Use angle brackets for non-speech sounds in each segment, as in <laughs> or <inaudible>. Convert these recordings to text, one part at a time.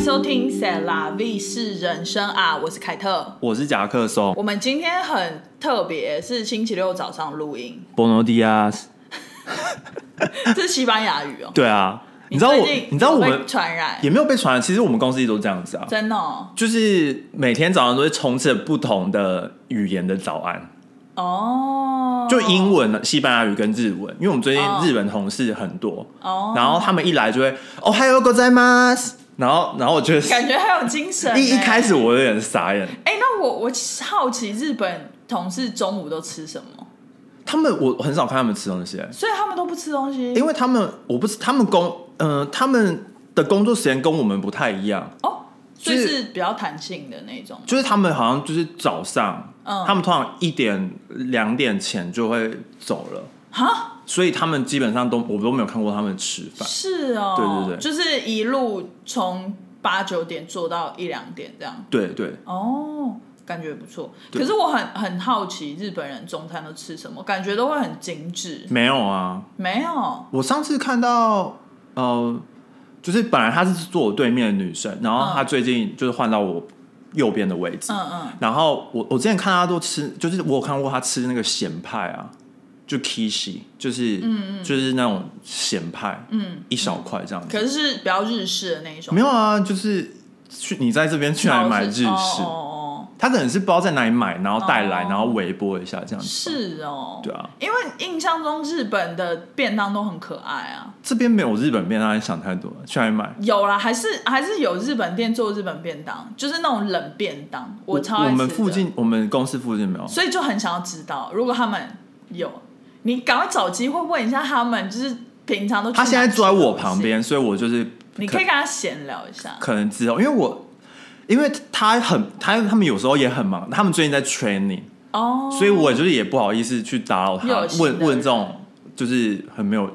收听《塞拉 V 是人生啊》，我是凯特。我是夹克松我们今天很特别，是星期六早上录音， <laughs> ，Bono Dias。这是西班牙语哦。对啊，你知道我最近，你知道我有被们传染也没有被传染，其实我们公司一直都这样子啊，真的哦就是每天早上都会充斥不同的语言的早安，哦，就英文、西班牙语跟日文，因为我们最近哦日本同事很多，哦，然后他们一来就会哦，还有 o 在吗？然后，然后我觉得感觉很有精神欸。一一开始我有点傻眼，哎、那我我好奇日本同事中午都吃什么，他们我很少看他们吃东西、欸所以他们都不吃东西。因为他们我不是他们工，嗯、他们的工作时间跟我们不太一样，哦，所以就是是比较弹性的那种。就是他们好像就是早上，嗯他们通常一点两点前就会走了，哈，所以他们基本上都我都没有看过他们吃饭。是哦，对对对就是一路从八九点做到一两点这样。对对，哦，感觉不错。对可是我很很好奇日本人中餐都吃什么，感觉都会很精致。没有啊，没有，我上次看到呃，就是本来她是坐我对面的女生，然后她最近就是换到我右边的位置，嗯嗯，然后我我之前看她都吃，就是我有看过她吃那个咸派啊，就 kishi，就是嗯就是那种咸派，嗯，一小块这样子。可是是比较日式的那一种。没有啊，就是去你在这边去哪里买日式？哦哦哦，他可能是不知道在哪里买，然后带来，哦然后微波一下这样子。，是哦。对啊，因为印象中日本的便当都很可爱啊，这边没有日本面，让你想太多了，去哪里买？有啦，还是还是有日本店做日本便当，就是那种冷便当，我超爱吃的们附，近，我们公司附近没有。所以就很想要知道，如果他们有，你赶快找机会问一下他们，就是平常都去他现在哪吃坐在我东西旁，边，所以我就是你可以跟他闲聊一下。可能知道，因为我因为他很他他们有时候也很忙，他们最近在 training，哦，所以我就是也不好意思去打扰他又有，新的问人问这种就是很没有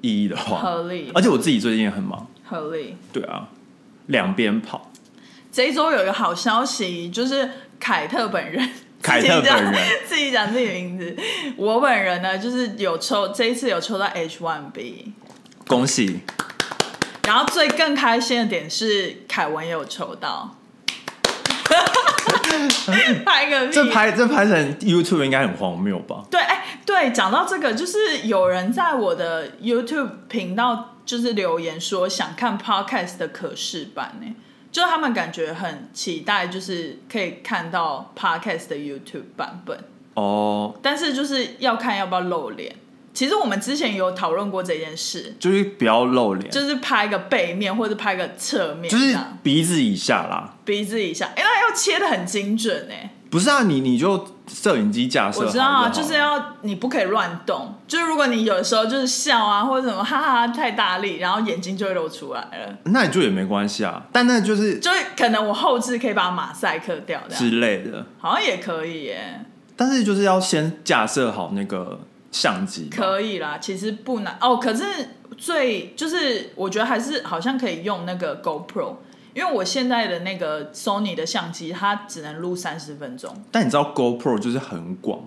意义的话。合理而且我自己最近也很忙，合理。对啊，两边跑。这一周有一个好消息，就是凯特本人。凯特本人自己讲 <laughs> 自己名字，我本人呢，就是有抽这一次有抽到 H1B，恭喜！然后最更开心的点是凯文也有抽 <laughs> 到，拍个屁这拍这拍成 YouTube 应该很荒谬吧？对，哎、对，讲到这个，就是有人在我的 YouTube 频道就是留言说想看 Podcast 的可视版呢、就是他们感觉很期待，就是可以看到 Podcast 的 YouTube 版本，哦、但是就是要看要不要露脸。其实我们之前有讨论过这件事，就是不要露脸，就是拍个背面或者拍个侧面就这是样，鼻子以下啦。鼻子以下，因为要切的很精准哎、不是啊，你你就摄影机架设好我好知道啊，就是要你不可以乱动，就是如果你有的时候就是笑啊或者什么哈哈太大力，然后眼睛就会露出来了，那你就也没关系啊，但那就是就是可能我后置可以把马赛克掉这样，之类的，好像也可以耶，但是就是要先架设好那个相机吧。可以啦，其实不难哦，可是最就是我觉得还是好像可以用那个 GoPro。因为我现在的那个 Sony 的相机，它只能录三十分钟但你知道 GoPro 就是很广，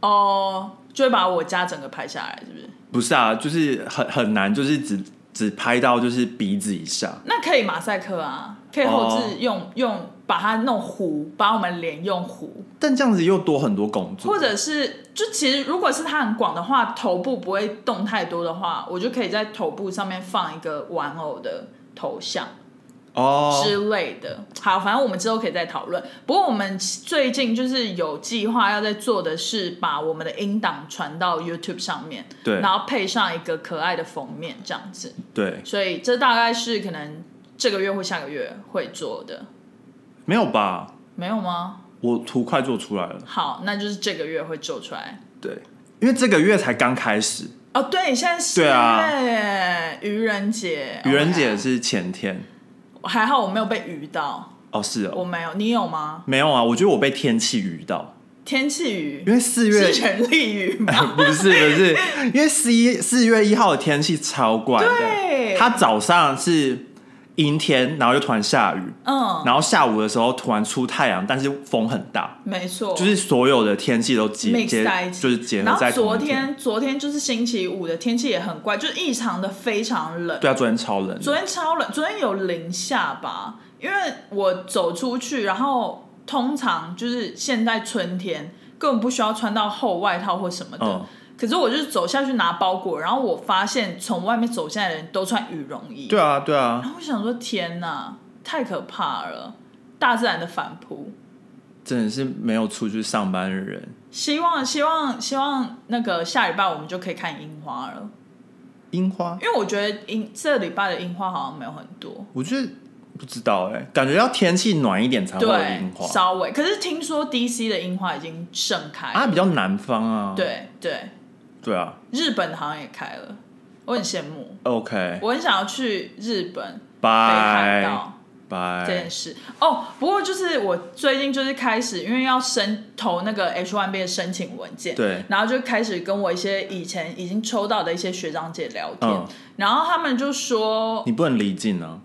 哦就会把我家整个拍下来，是不是？不是啊，就是很很难，就是只只拍到就是鼻子以下。那可以马赛克啊，可以后哦置用、用把它弄糊，把我们脸用糊，但这样子又多很多工作，或者是就其实如果是它很广的话，头部不会动太多的话，我就可以在头部上面放一个玩偶的头像哦之类的。好，反正我们之后可以再讨论。不过我们最近就是有计划要在做的是，把我们的音档传到 YouTube 上面，对然后配上一个可爱的封面这样子。对，所以这大概是可能这个月或下个月会做的。没有吧？没有吗？我图快做出来了。好，那就是这个月会做出来。对，因为这个月才刚开始，哦，对，现在四对啊月耶，愚人节，愚人 Oh 节 my 是前天。 God 还好我没有被愚到，哦，是我哦，没有，你有吗？没有啊，我觉得我被天气愚到，天气愚因为四月是权力愚吗？ <laughs> 不是不是，因为四一四月一号的天气超怪的，对它早上是阴天，然后又突然下雨，嗯，然后下午的时候突然出太阳，但是风很大，没错，就是所有的天气都结 Mix 结在一，起就是结然合后在同昨一天。天，昨天就是星期五的天气也很怪，就是异常的非常冷。对啊，昨天超冷的，昨天超冷，昨天有零下吧？因为我走出去，然后通常就是现在春天根本不需要穿到厚外套或什么的。嗯，可是我就是走下去拿包裹，然后我发现从外面走下来的人都穿羽绒衣。对啊，对啊，然后我想说，天哪，太可怕了！大自然的反扑。真的是没有出去上班的人。希望希望希望那个下礼拜我们就可以看樱花了，樱花，因为我觉得樱这礼拜的樱花好像没有很多，我觉得不知道哎、感觉要天气暖一点才会有对樱，花稍微。可是听说 DC 的樱花已经盛开了，啊，比较南方啊。对对，对啊日本好像也开了，我很羡慕， ，OK，我很想要去日本哎北海拜道。这拜件。事哎哦。不过就是我最近就是开始，因为要申投那个 H1B 的申请文件，对然后就开始跟我一些以前已经抽到的一些学长姐聊天，嗯然后他们就说，你不能离境啊，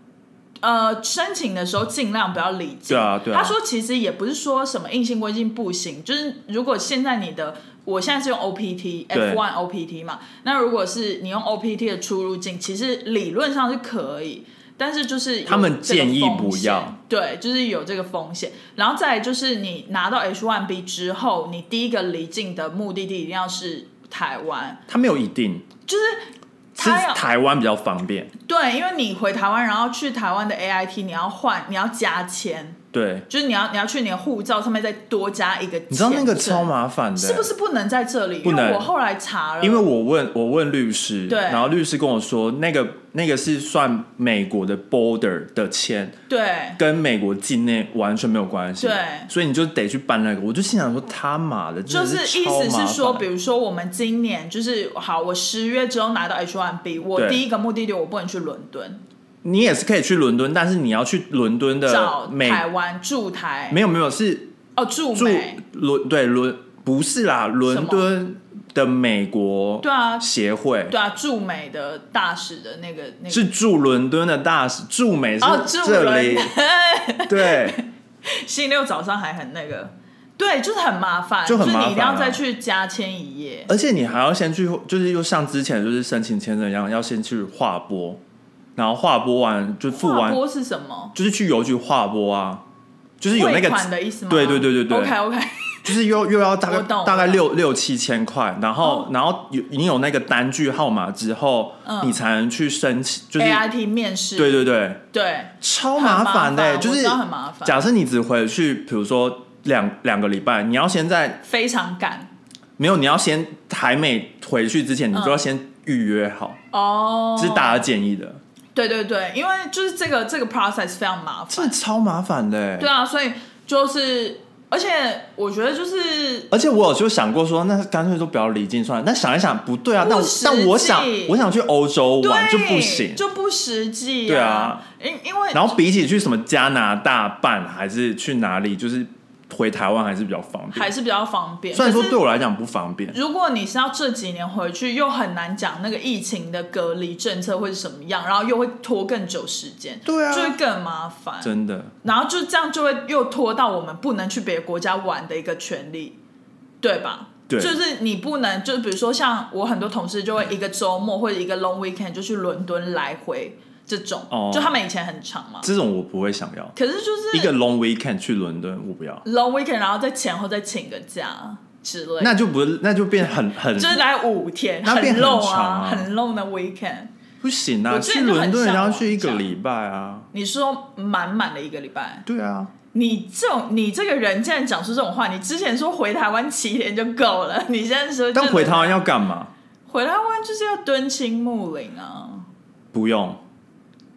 呃，申请的时候尽量不要离境。对啊对啊他说其实也不是说什么硬性规定不行，就是如果现在你的。我现在是用 OPT 对 F1 OPT 嘛，那如果是你用 OPT 的出入境，其实理论上是可以，但是就是有他们这个建议风不险要，对，就是有这个风险。然后再来就是你拿到 H1B 之后，你第一个离境的目的地一定要是台湾，他没有一定，就是是他要台湾比较方便。对，因为你回台湾，然后去台湾的 AIT，你要换，你要加签，对，就是你要你要去你的护照上面再多加一个签证，你知道那个超麻烦的，是不？是不能在这里？不能因为我后来查了，因为我问我问律师，对然后律师跟我说，那个那个是算美国的 border 的签，对跟美国境内完全没有关系。对所以你就得去办那个。我就心想说，他妈的，就真的意超思麻是说，烦比如说我们今年就是好，我十月之后拿到 H1B，我对第一个目的地我不能去伦敦，你也是可以去伦敦，但是你要去伦敦找的美，台湾驻台，没有没有是哦驻住美，伦对伦不是啦，伦么敦的美国对啊协会对啊，驻美的大使的那个那个是驻伦敦的大使，驻美是哦驻这伦里，对，星期六早上还很那个，对，就是很麻烦，就很麻烦啊是你一定要再去加签一页。而且你还要先去，就是又像之前就是申请签证一样，要先去划拨，然后划拨完就付划完，拨是什么？就是去邮局划拨啊，就是有那汇个款的意思吗？对对对对对 OK OK，就是又又要大概我懂大概我懂六六七千块，然后、哦然后有你有那个单据号码之后，嗯你才能去申请，就是 AIT 面试，对对对，对，超很麻麻烦的、就我是知道很麻烦，假设你只回去，比如说两两个礼拜，你要先在非常赶没有，你要先还没回去之前，嗯你就要先预约好，哦。这是大家建议的，对对对，因为就是这个这个 process 非常麻真烦，的超麻烦的、欸对啊，所以就是，而且我觉得就是而且我有就想过说，那干脆都不要离境算了。但想一想，不对啊！但不实际但我想，我想去欧洲玩对就不行，就不实际、对啊，因因为然后比起去什么加拿大办还是去哪里，就是回台湾还是比较方便。还是比较方便，虽然说可是对我来讲不方便，如果你是要这几年回去，又很难讲那个疫情的隔离政策会是什么样，然后又会拖更久时间，对啊就会更麻烦。真的然后就这样就会又拖到我们不能去别的国家玩的一个权利，对吧？对就是你不能，就是比如说像我很多同事就会一个周末或者一个 long weekend 就去伦敦来回这种，哦就他们以前很长嘛。这种我不会想要。可是就是一个 long weekend 去伦敦，我不要， long weekend，然后再前后再请个假之类的，那就不是，那就变很很 <laughs> 就是来五天，那变很 long 长啊很 long 的 weekend。不行啊！我之去前就很伦敦向然后往去一这个样礼拜啊，你说满满的一个礼拜，对啊，你这种你这个人竟然讲出这种话，你之前说回台湾七天就够了， <laughs> 你现在说但就回台湾要干嘛？回台湾就是要蹲青木林啊，不用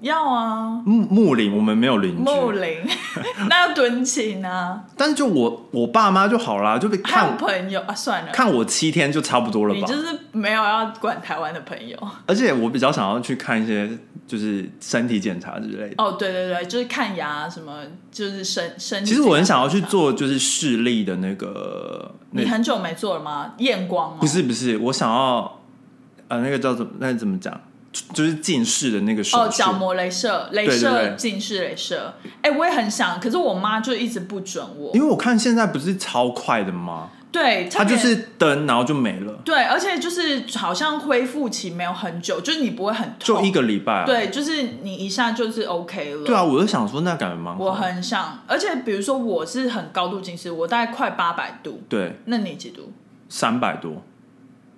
要啊木木林，我们没有邻居，木林， <laughs> 那要蹲青啊，但是就我我爸妈就好啦，就被还有看朋友啊，算了，看我七天就差不多了你吧。就是没有要管台湾的朋友而且我比较想要去看一些就是身体检查之类的。哦，对对对，就是看牙啊什么，就是身身体其实我很想要去检查，做就是视力的那个，那你很久没做了吗？验光吗？不是不是，我想要呃那个叫怎么那个怎么讲？就是近视的那个手哦，术。角膜镭射、镭对对射、对近视镭射。哎、我也很想，可是我妈就一直不准我因。为我看现在不是超快的吗？对，它就特别是灯，然后就没了，对，而且就是好像恢复期没有很久，就是你不会很就痛。一个礼拜、啊。对，就是你一下就是 OK 了。对啊，我就想说那感觉蛮好。我很想，而且比如说我是很高度近视，我大概快八百度，对那你几度？三百多，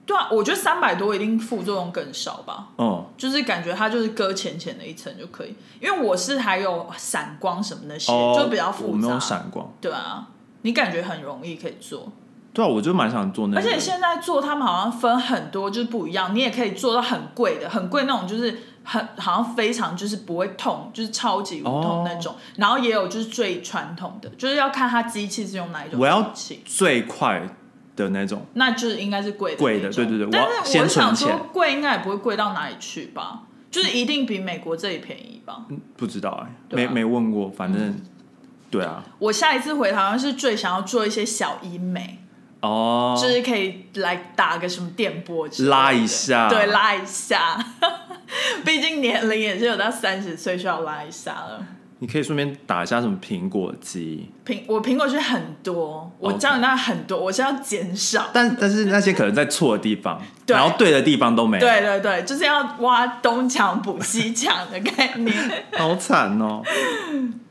对啊，我觉得三百多一定副作用更少吧，嗯就是感觉它就是割浅浅的一层就可以。因为我是还有散光什么那些，哦，就比较复杂。我没有闪光。对啊，你感觉很容易可以做，对啊，我就蛮想做那个。而且现在做他们好像分很多，就是不一样。你也可以做到很贵的，很贵那种，就是很好像非常就是不会痛，就是超级无哦痛那种。然后也有就是最传统的，就是要看它机器是用哪一种我要机器。最快的那种，那就是应该是贵的贵的那种对对对我要但是先我存想钱说，贵应该也不会贵到哪里去吧？就是一定比美国这里便宜吧？不知道哎、对没啊嗯没问过，反正、对啊，我下一次回台湾是最想要做一些小医美，哦，就是可以来打个什么电波之类的拉一下对，拉一下。 <laughs> 毕竟年龄也是有到三十岁，需要拉一下了。你可以顺便打一下什么苹果肌，苹我苹果肌很多，我 OK 胶原蛋白很多，我是要减少。但但是那些可能在错的地方，对然后对的地方都没有，对对对，就是要挖东墙补西墙的概念。 <laughs> 好惨哦。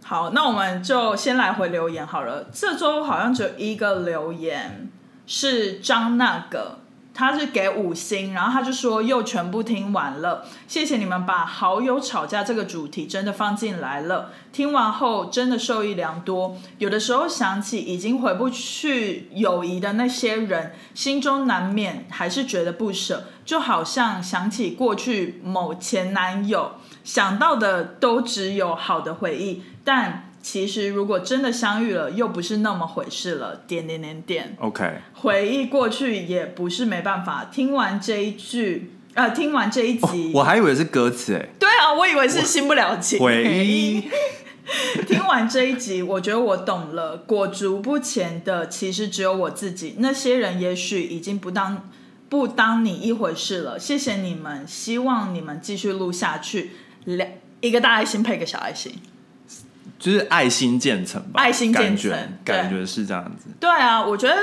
好，那我们就先来回留言好了。这周好像只有一个留言是张那个，他是给五星，然后他就说又全部听完了，谢谢你们把好友吵架这个主题真的放进来了。听完后真的受益良多，有的时候想起已经回不去友谊的那些人，心中难免还是觉得不舍，就好像想起过去某前男友。想到的都只有好的回忆，但其实如果真的相遇了，又不是那么回事了。点点点点， <laughs> OK，回忆过去也不是没办法。听完这一句，呃，听完这一集，哦我还以为是歌词 <laughs> 哎，对啊，我以为是新不了情。回忆。 <laughs> 听完这一集，我觉得我懂了，裹足不前的其实只有我自己，那些人也许已经不当不当你一回事了。谢谢你们，希望你们继续录下去。两一个大爱心配一个小爱心，就是爱心渐层吧，爱心渐层对感觉感觉是这样子。对啊，我觉得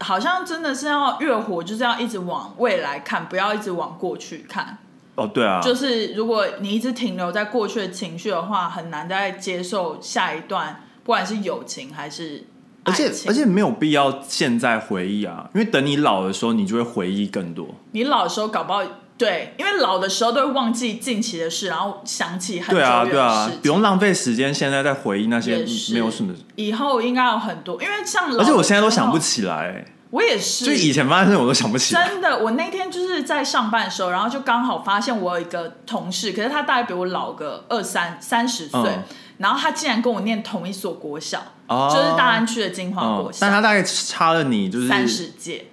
好像真的是要越火，就是要一直往未来看，不要一直往过去看。哦，对啊，就是如果你一直停留在过去的情绪的话，很难再接受下一段，不管是友情还是而爱且情。而且没有必要现在回忆啊，因为等你老的时候，你就会回忆更多。你老的时候搞不好对，因为老的时候都会忘记近期的事，然后想起很久对啊，远对的啊事，不情。用浪费时间现在在回忆那些也是没有什么，以后应该有很多，因为像老而且我现在都想不的时起来、欸候，我也是，就以前发生的我都想不起 <laughs> 来。真的，我那天就是在上班的时候，然后就刚好发现我有一个同事，可是他大概比我老个二三三十岁，嗯然后他竟然跟我念同一所国小，哦就是大安区的金华嗯国，小但，他大概差了你就是三十届，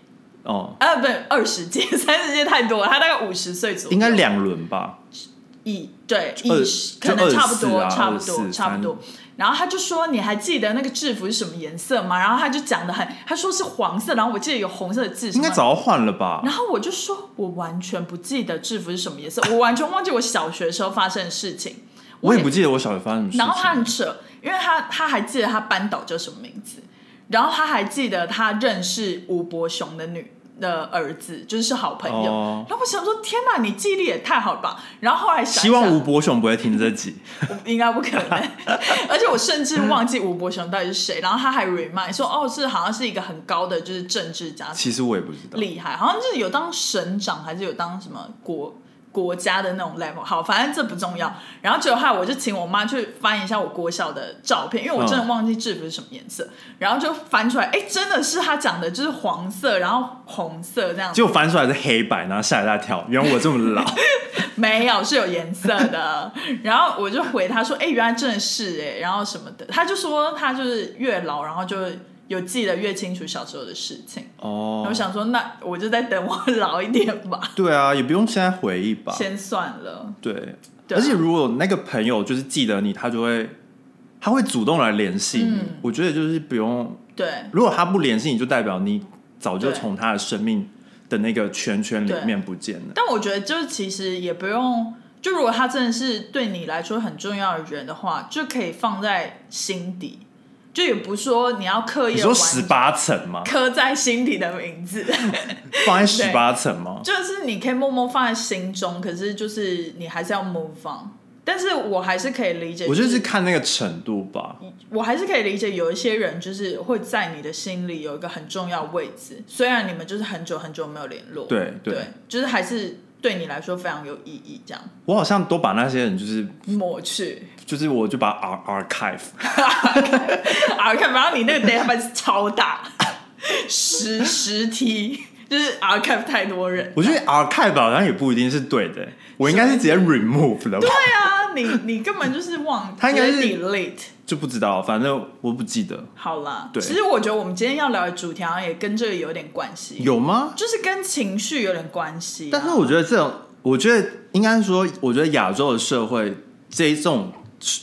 哦，呃，不，二十届， <laughs> 三十届太多了，他大概五十岁左右，应该两轮吧。以对二以可能就差不多， 24啊差不多， 24差不多。然后他就说：“你还记得那个制服是什么颜色吗？”然后他就讲的很，他说是黄色，然后我记得有红色的字，应该。早换了吧然？后我就说，我完全不记得制服是什么颜色，我完全忘记我小学时候发生的事情。我也不记得我小学发生什然么后他事很扯，因为他他还记得他班导叫什么名字，然后他还记得他认识吴伯雄的女的儿子，就是是好朋友。哦然后我想说，天哪，你记忆力也太好了吧！然后后来情。想一希望想吴伯雄不会听这集。应该不可能。 <laughs> 而且我甚至忘记吴伯雄到底是谁，然后他还 remind 说，哦，是好像是一个很高的就是政治家，其实我也不知道。厉害，好像是有当省长还是有当什么国。国家的那种 level，好，反正这不重要。然后结果后来我就请我妈去翻一下我国小的照片，因为我真的忘记制服是什么颜色。然后就翻出来，哎，真的是他讲的，就是黄色，然后红色这样子。结果翻出来是黑白，然后吓一大跳，原来我这么 <laughs> 老。没有，是有颜色 <laughs> 的。然后我就回他说：“哎、原来真的是哎、然后什么的。”他就说他就是越老，然后就有记得越清楚小时候的事情。哦我，想说，那我就再等我老一点吧，对啊，也不用现在回忆 <laughs> 吧。先算了。对，对啊而且如果那个朋友就是记得你，他就会他会主动来联系嗯你。我觉得就是不用，对如果他不联系你，就代表你早就对从他的生命的那个圈圈里对面不见了。但我觉得，就是其实也不用，就如果他真的是对你来说很重要的人的话，就可以放在心底，就也不说你要刻意你地说完十八层吗？刻在心底的名字， <laughs> 放在十八层吗？就是你可以默默放在心中，可是就是你还是要 move on。但是我还是可以理解，我觉就得是是看那个程度吧。我还是可以理解，有一些人就是会在你的心里有一个很重要的位置，虽然你们就是很久很久没有联络，对对对，就是还是对你来说非常有意义，这样我好像都把那些人就是抹去。 <laughs> 就是我就把 ar archive 啊，看，然后你 <laughs> 那个 database 超大，十十 T，就是 archive 太多人。我觉得 archive 好像也不一定是对的、欸我应该是直接 remove 的吧，对啊，你你根本就是忘，他应该是直接 delete。就不知道，反正我不记得好啦，对其实我觉得我们今天要聊的主题好像也跟这个有点关系，有吗？就是跟情绪有点关系啊、但是我觉得这种，我觉得应该说，我觉得亚洲的社会这一种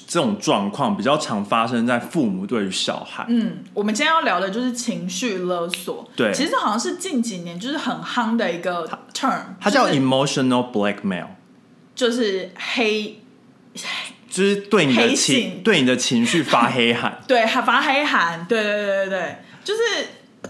这种状况比较常发生在父母对于小孩，嗯，我们今天要聊的就是情绪勒索。对其实好像是近几年就是很夯的一个 term，它叫就是 emotional blackmail，就是黑就是对你的黑情信。对你的情绪发黑函 <laughs> 对，反黑函，对对对对对，就是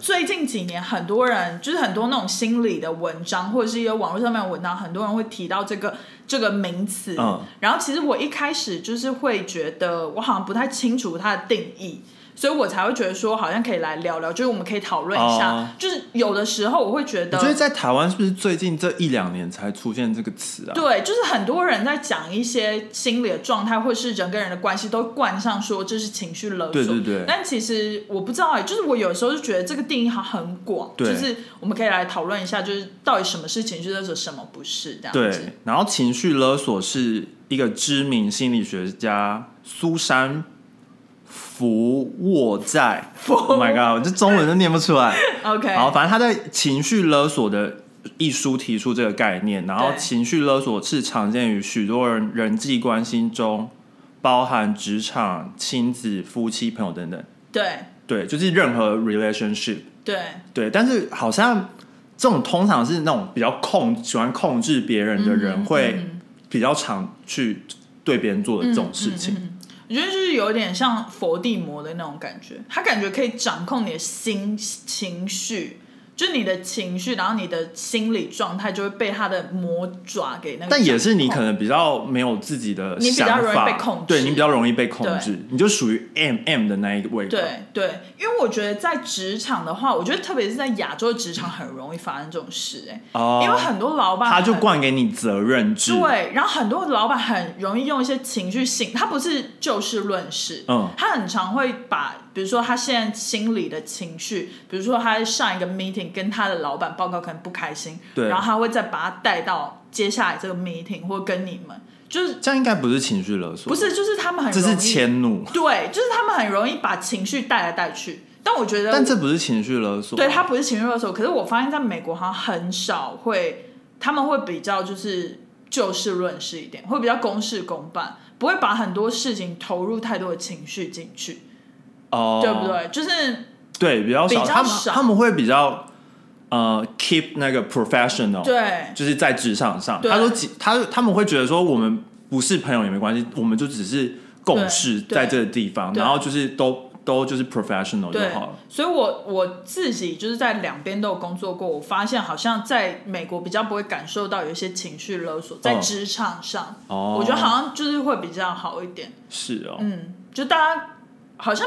最近几年很多人就是很多那种心理的文章，或者是一些网络上面的文章，很多人会提到这个这个名词。嗯然后其实我一开始就是会觉得我好像不太清楚它的定义。所以我才会觉得说，好像可以来聊聊，就是我们可以讨论一下。哦就是有的时候我会觉我得，觉得在台湾是不是最近这一两年才出现这个词啊？对，就是很多人在讲一些心理的状态，或是人跟人的关系，都冠上说这是情绪勒索。对对对但其实我不知道哎、就是我有时候就觉得这个定义它很广，就对是我们可以来讨论一下，就是到底什么是情绪勒索，什么不是这样子。对，然后情绪勒索是一个知名心理学家苏珊福沃在，Oh my god，这中文都念不出来。 o k 然后，反正他在情绪勒索的一书提出这个概念，然后对情绪勒索是常见于许多人人际关系中，包含职场、亲子、夫妻、朋友等等，对对，就是任何 relationship，对对，但是好像这种通常是那种比较控喜欢控制别人的嗯人，会比较常去对别人做的这种事嗯情。我觉得就是有点像佛地魔的那种感觉，他感觉可以掌控你的心情绪。就是你的情绪，然后你的心理状态就会被他的魔爪给那个掌控。但也是你可能比较没有自己的你比较想容易法，被控制对你比较容易被控对制，你就属于 M M 的那一位吧。对对，因为我觉得在职场的话，我觉得特别是在亚洲的职场很容易发生这种事、哎、哦，因为很多老板他就很灌给你责任制，对，然后很多老板很容易用一些情绪性，他不是就事论事，嗯他很常会把，比如说他现在心里的情绪，比如说他在上一个 meeting 跟他的老板报告可能不开心，对然后他会再把他带到接下来这个 meeting 或跟你们，就是这样应该不是情绪勒索，不，是就是他们很这容易是迁怒，对，就是他们很容易把情绪带来带去，但我觉得但这不是情绪勒索，对，它不是情绪勒索，可是我发现在美国好像很少会，他们会比较就是就事论事一点，会比较公事公办，不会把很多事情投入太多的情绪进去，哦，对不？对？就是对，比较少，比较他们少他们会比较呃 keep 那个 professional，，对就是在职场上，对他说几他他们会觉得说我们不是朋友也没关系，我们就只是共事对对在这个地方，对然后就是都都就是 professional 就对好了，，所以我我自己就是在两边都有工作过，我发现好像在美国比较不会感受到有一些情绪勒索，在嗯职场上，哦我觉得好像就是会比较好一点。是哦，嗯，就大家好像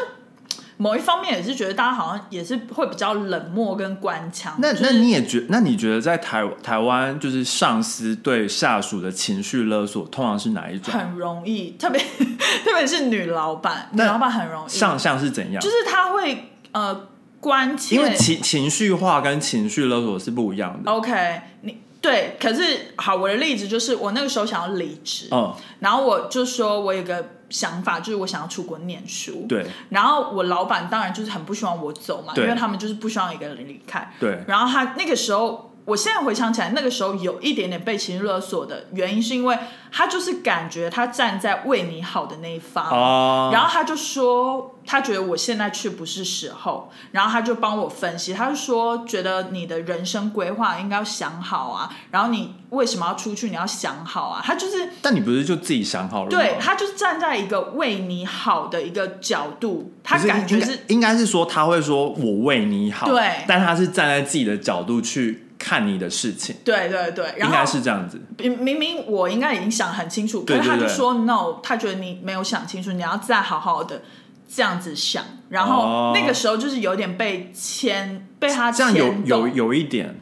某一方面也是觉得大家好像也是会比较冷漠跟官腔。那就是那你也觉，那你觉得在台台湾就是上司对下属的情绪勒索，通常是哪一种？很容易，特别 <laughs> 特别是女老板，女那老板很容易，就上像是怎样？是她会呃关切，因为情情绪化跟情绪勒索是不一样的。 OK 你。对，可是好，我的例子就是我那个时候想要离职，嗯，然后我就说我有个想法，就是我想要出国念书，对然后我老板当然就是很不希望我走嘛，因对为他们就是不希望一个人离开，对，然后他那个时候我现在回想起来，那个时候有一点点被情绪勒索的原因，是因为他就是感觉他站在为你好的那一方，哦，然后他就说，他觉得我现在去不是时候，然后他就帮我分析，他就说，觉得你的人生规划应该要想好啊，然后你为什么要出去，你要想好啊，他就是但你不是就自己想好了吗？对，他就是站在一个为你好的一个角度，他可是感觉应该是应该是说他会说我为你好，对但他是站在自己的角度去看你的事情，对对对，然应后该是这样子。明明明我应该已经想很清楚，可对是他对就对说 no，他觉得你没有想清楚，你要再好好的这样子想。然后哦那个时候就是有点被牵，被他这样有牵有动，有一点，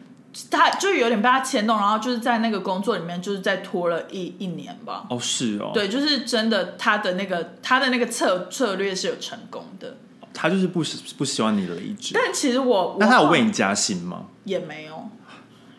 他就是有点被他牵动，然后就是在那个工作里面就是再拖了一一年吧。哦，是哦，，对，就是真的，他的那个他的那个策策略是有成功的，他就是不喜不喜欢你的离职。但其实我那他有我为你加薪吗？也没有，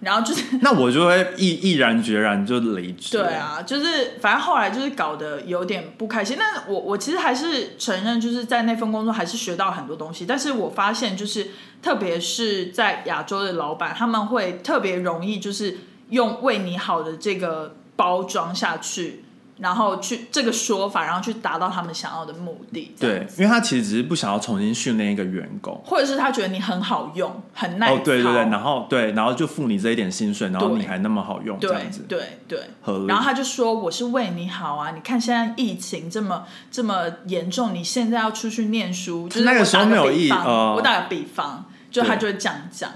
然后就是 <laughs> 那我就会毅毅然决然就离职。对，啊，就是反正后来就是搞得有点不开心。但我我其实还是承认，就是在那份工作还是学到很多东西。但是我发现，就是特别是在亚洲的老板，他们会特别容易就是用为你好的这个包装下去，然后去这个说法，然后去达到他们想要的目的。这样对，因为他其实只是不想要重新训练一个员工。或者是他觉得你很好用，很耐操。哦，对对对，然后对，然后就付你这一点薪水，然后对你还那么好用，这样对子对对。合理然后。他就说：“我是为你好啊，你看现在疫情这么这么严重，你现在要出去念书，就是那个我打时候没有比疫方呃我打个比方，就对他就会这样讲，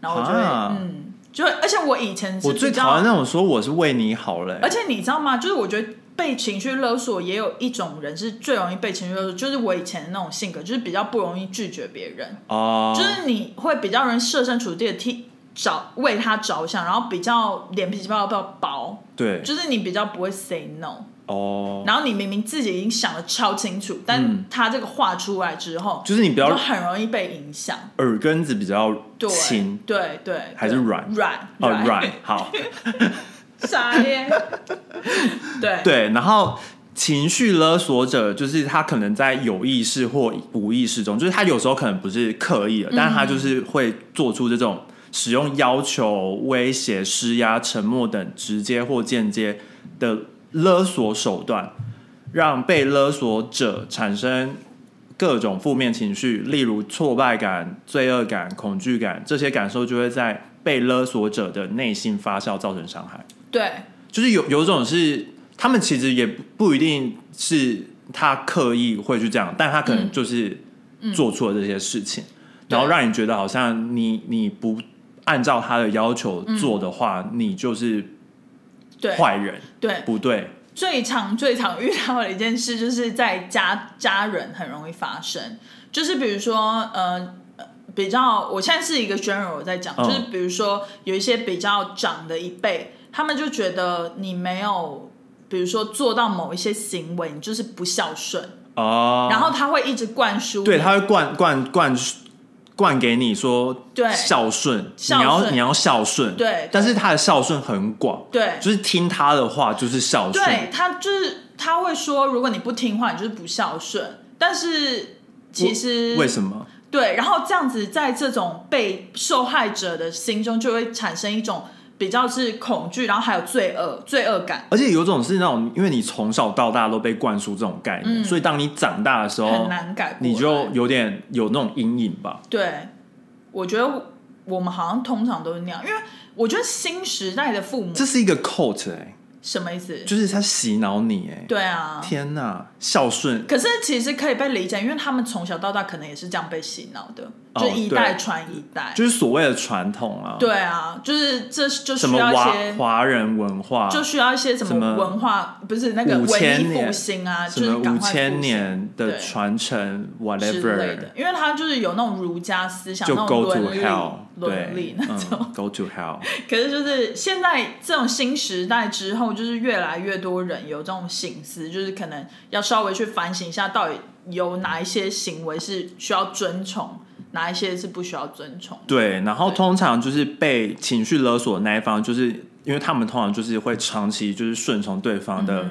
然后我就会、啊嗯，就会，而且我以前是我最比较讨厌那种说我是为你好嘞、而且你知道吗？就是我觉得被情绪勒索，也有一种人是最容易被情绪勒索，就是我以前的那种性格，就是比较不容易拒绝别人，哦，就是你会比较容易设身处地的替找为他着想，然后比较脸皮比较比较薄，对，就是你比较不会 say no。”哦，然后你明明自己已经想的超清楚，嗯但他这个话出来之后，就是你比就较很容易被影响。耳根子比较对轻，对对，还是对软软哦，软好，傻 <laughs> 耶。对对，然后。情绪勒索者就是他，可能在有意识或无意识中，就是他有时候可能不是刻意的，但他就是会做出这种使用要求、威胁、施压、沉默等直接或间接的勒索手段，让被勒索者产生各种负面情绪，例如挫败感、罪恶感、恐惧感，这些感受就会在被勒索者的内心发酵，造成伤害。对就是有有一种是他们其实也不不一定是他刻意会去这样，但他可嗯能就是做出了这些事情，然后对让你觉得好像你你不按照他的要求做的话，你就是对坏人，嗯对，不对。最常最常遇到的一件事，就是在家家人很容易发生，就是比如说呃。比较，我现在是一个 general 我在讲，嗯就是比如说有一些比较长的一辈，他们就觉得你没有，比如说做到某一些行为，你就是不孝顺，哦，然后他会一直灌输，对，他会灌灌灌灌给你说对孝顺，孝你要顺你要孝顺，对对但是他的孝顺很广，对就是听他的话就是孝顺，对，他就是他会说，如果你不听话，你就是不孝顺，但是其实为什么？对，然后这样子在这种被受害者的心中就会产生一种比较是恐惧，然后还有罪恶、罪恶感，而且有种是那种，因为你从小到大都被灌输这种概念，嗯所以当你长大的时很候，难改过来。哦你就有点有那种阴影吧。对，我觉得我们好像通常都是那样，因为我觉得新时代的父母这是一个 cult 哎、什么意思？就是他洗脑你哎、对啊，天哪，孝顺可是其实可以被理解，因为他们从小到大可能也是这样被洗脑的，哦就一代对传一代。就是所谓的传统啊，，对啊，就是这就需什么要华一些，华人文化，就需要一些什什么么文化，不是那个五千文艺年复兴啊，什就是么赶五快千复兴年的对传承之类的，whatever，，因为他就是有那种儒家思想，就那 go 种 to 伦理 hell，伦对理，那种。嗯，go to hell， <laughs> 可是就是现在这种新时代之后，就是越来越多人有这种醒思，就是可能要稍微去反省一下，到底有哪一些行为是需要遵从，哪一些是不需要遵从。对，然后对通常就是被情绪勒索的那一方，就是因为他们通常就是会长期就是顺从对方的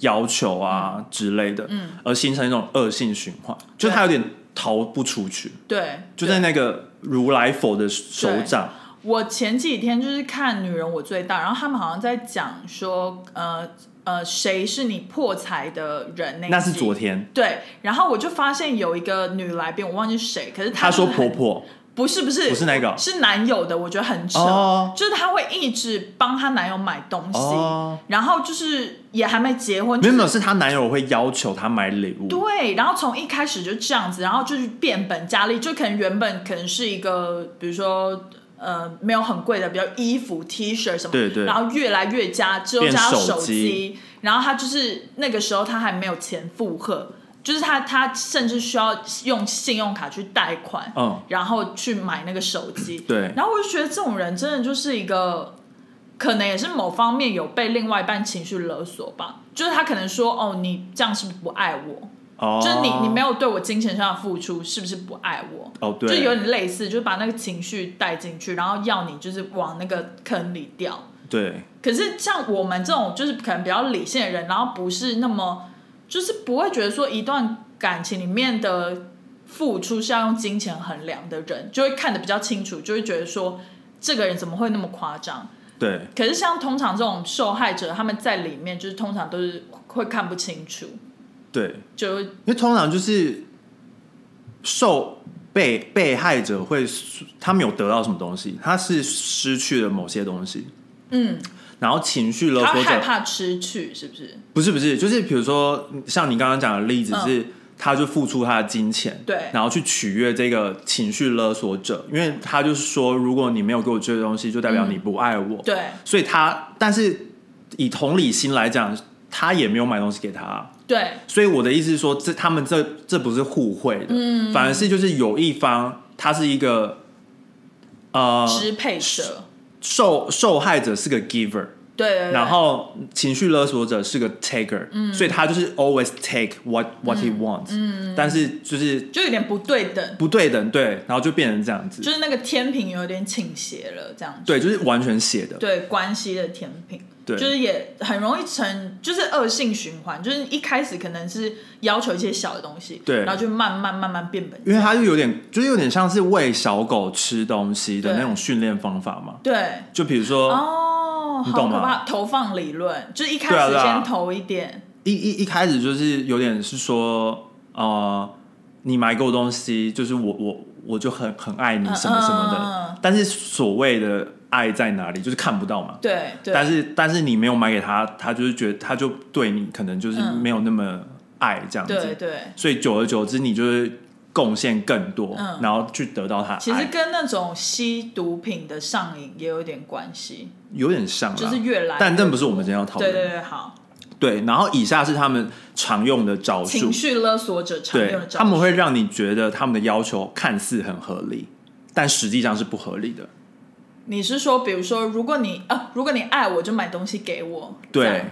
要求啊、之类的，嗯，而形成一种恶性循环，就他有点逃不出去，对，就在那个如来佛的手掌，我前几天就是看《女人我最大》，然后他们好像在讲说，呃呃，谁是你破财的人那一那是集昨天，对，然后我就发现有一个女来宾，我忘记谁，可是她她说就是很婆婆不是不是不是那个是男友的，我觉得很扯，哦就是她会一直帮她男友买东西，哦，然后就是也还没结婚，没就有是没有，是她男友会要求她买礼物，对，然后从一开始就这样子，然后就是变本加厉，就可能原本可能是一个，比如说呃没有很贵的，比如衣服、T 恤什么，对对然后越来越加，之后变加到手手机机，然后他就是那个时候他还没有钱负荷，就是他他甚至需要用信用卡去贷款，嗯，然后去买那个手机，对然后我就觉得这种人真的就是一个，可能也是某方面有被另外一半情绪勒索吧，就是他可能说哦，你这样是不是不爱我？哦，就是你你没有对我金钱上的付出，是不是不爱我？哦，就对，有点类似，就是把那个情绪带进去，然后要你就是往那个坑里掉。对，可是像我们这种就是可能比较理性的人，然后不是那么就是不会觉得说一段感情里面的付出是要用金钱衡量的人，就会看得比较清楚，就会觉得说这个人怎么会那么夸张？对，可是像通常这种受害者，他们在里面就是通常都是会看不清楚，对，就会因为通常就是受被被害者会，他没有得到什么东西，他是失去了某些东西，嗯，然后情绪勒他会索害者怕失去，是不是？不是不是，就是比如说像你刚刚讲的例子嗯是。他就付出他的金钱，对然后去取悦这个情绪勒索者，因为他就是说，如果你没有给我这些东西，就代表你不爱我，对所以他，但是以同理心来讲，他也没有买东西给他啊，对所以我的意思是说，这他们这这不是互惠的，嗯反而是就是有一方他是一个呃支配者，受受害者是个 giver，对对对，嗯然后情绪勒索者是个 taker，、所以他就是 always take what what he wants，、但是就是就有点不对等，不对等对，然后就变成这样就子，是那个天平有点倾斜了，这样子。对，就是完全写的，对关系的甜品，对就是也很容易成，就是恶性循环，就是一开始可能是要求一些小的东西，对然后就慢慢慢慢变本，因为他就有点就是有点像是喂小狗吃东西的对那种训练方法嘛，对，就比如说、哦，你好懂可吗怕，投放理论，就是一开对啊始对啊先投一点，一一一开始就是有点是说，呃，你买给我东西，就是我我我就很很爱你嗯什么什么的，嗯嗯但是所谓的爱在哪里，就是看不到嘛。对对，但是但是你没有买给他，他就是觉得他就对你可能就是嗯没有那么爱这样子，对对，所以久而久之你就是贡献更多，嗯然后去得到他其的实爱，跟那种吸毒品的上瘾也有点关系，有点像啦，就是越来但这不是我们今天要讨对论对的。对，好，对，然后以下是他们常用的招数情，绪勒索者常用对的，招他们数会让你觉得他们的要求看似很合理，但实际上是不合理的。你是说，比如说，如果你啊，如果你爱我，就买东西给我，这样对，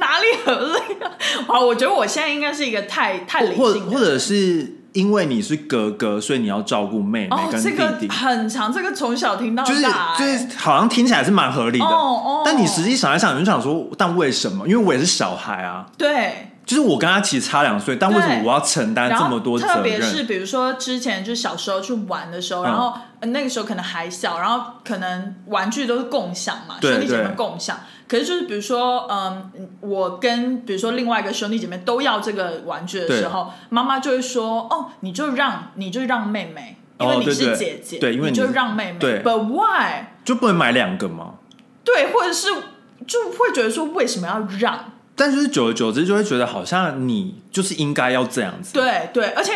哪里合理啊？好，我觉得我现在应该是一个太太理性或的人或者是因为你是哥哥，所以你要照顾妹妹哦，跟这弟个弟，很长，这个从小听到就是大、就哎是好像听起来是蛮合理的。哦哦但你实际想一想，你就想说，但为什么？因为我也是小孩啊，对。就是我跟他其实差两岁，但为什么对我要承担然啊这后么多哦特责别是任？比如说之前就小时候去玩的时候，嗯然后、呃那个时候可能还小，然后可能玩具都是共享嘛，对兄弟姐妹对共享。可是就是比如说，嗯，我跟比如说另外一个兄弟姐妹都要这个玩具的时候，妈妈就会说：“哦，你就让你就让妹妹，因为哦你对是对姐姐，对因为你你就是让妹妹。对 But why？就不能买两个吗？对，或者是就会觉得说为什么要让？但就是久而久之就会觉得好像你就是应该要这样子。对对，而且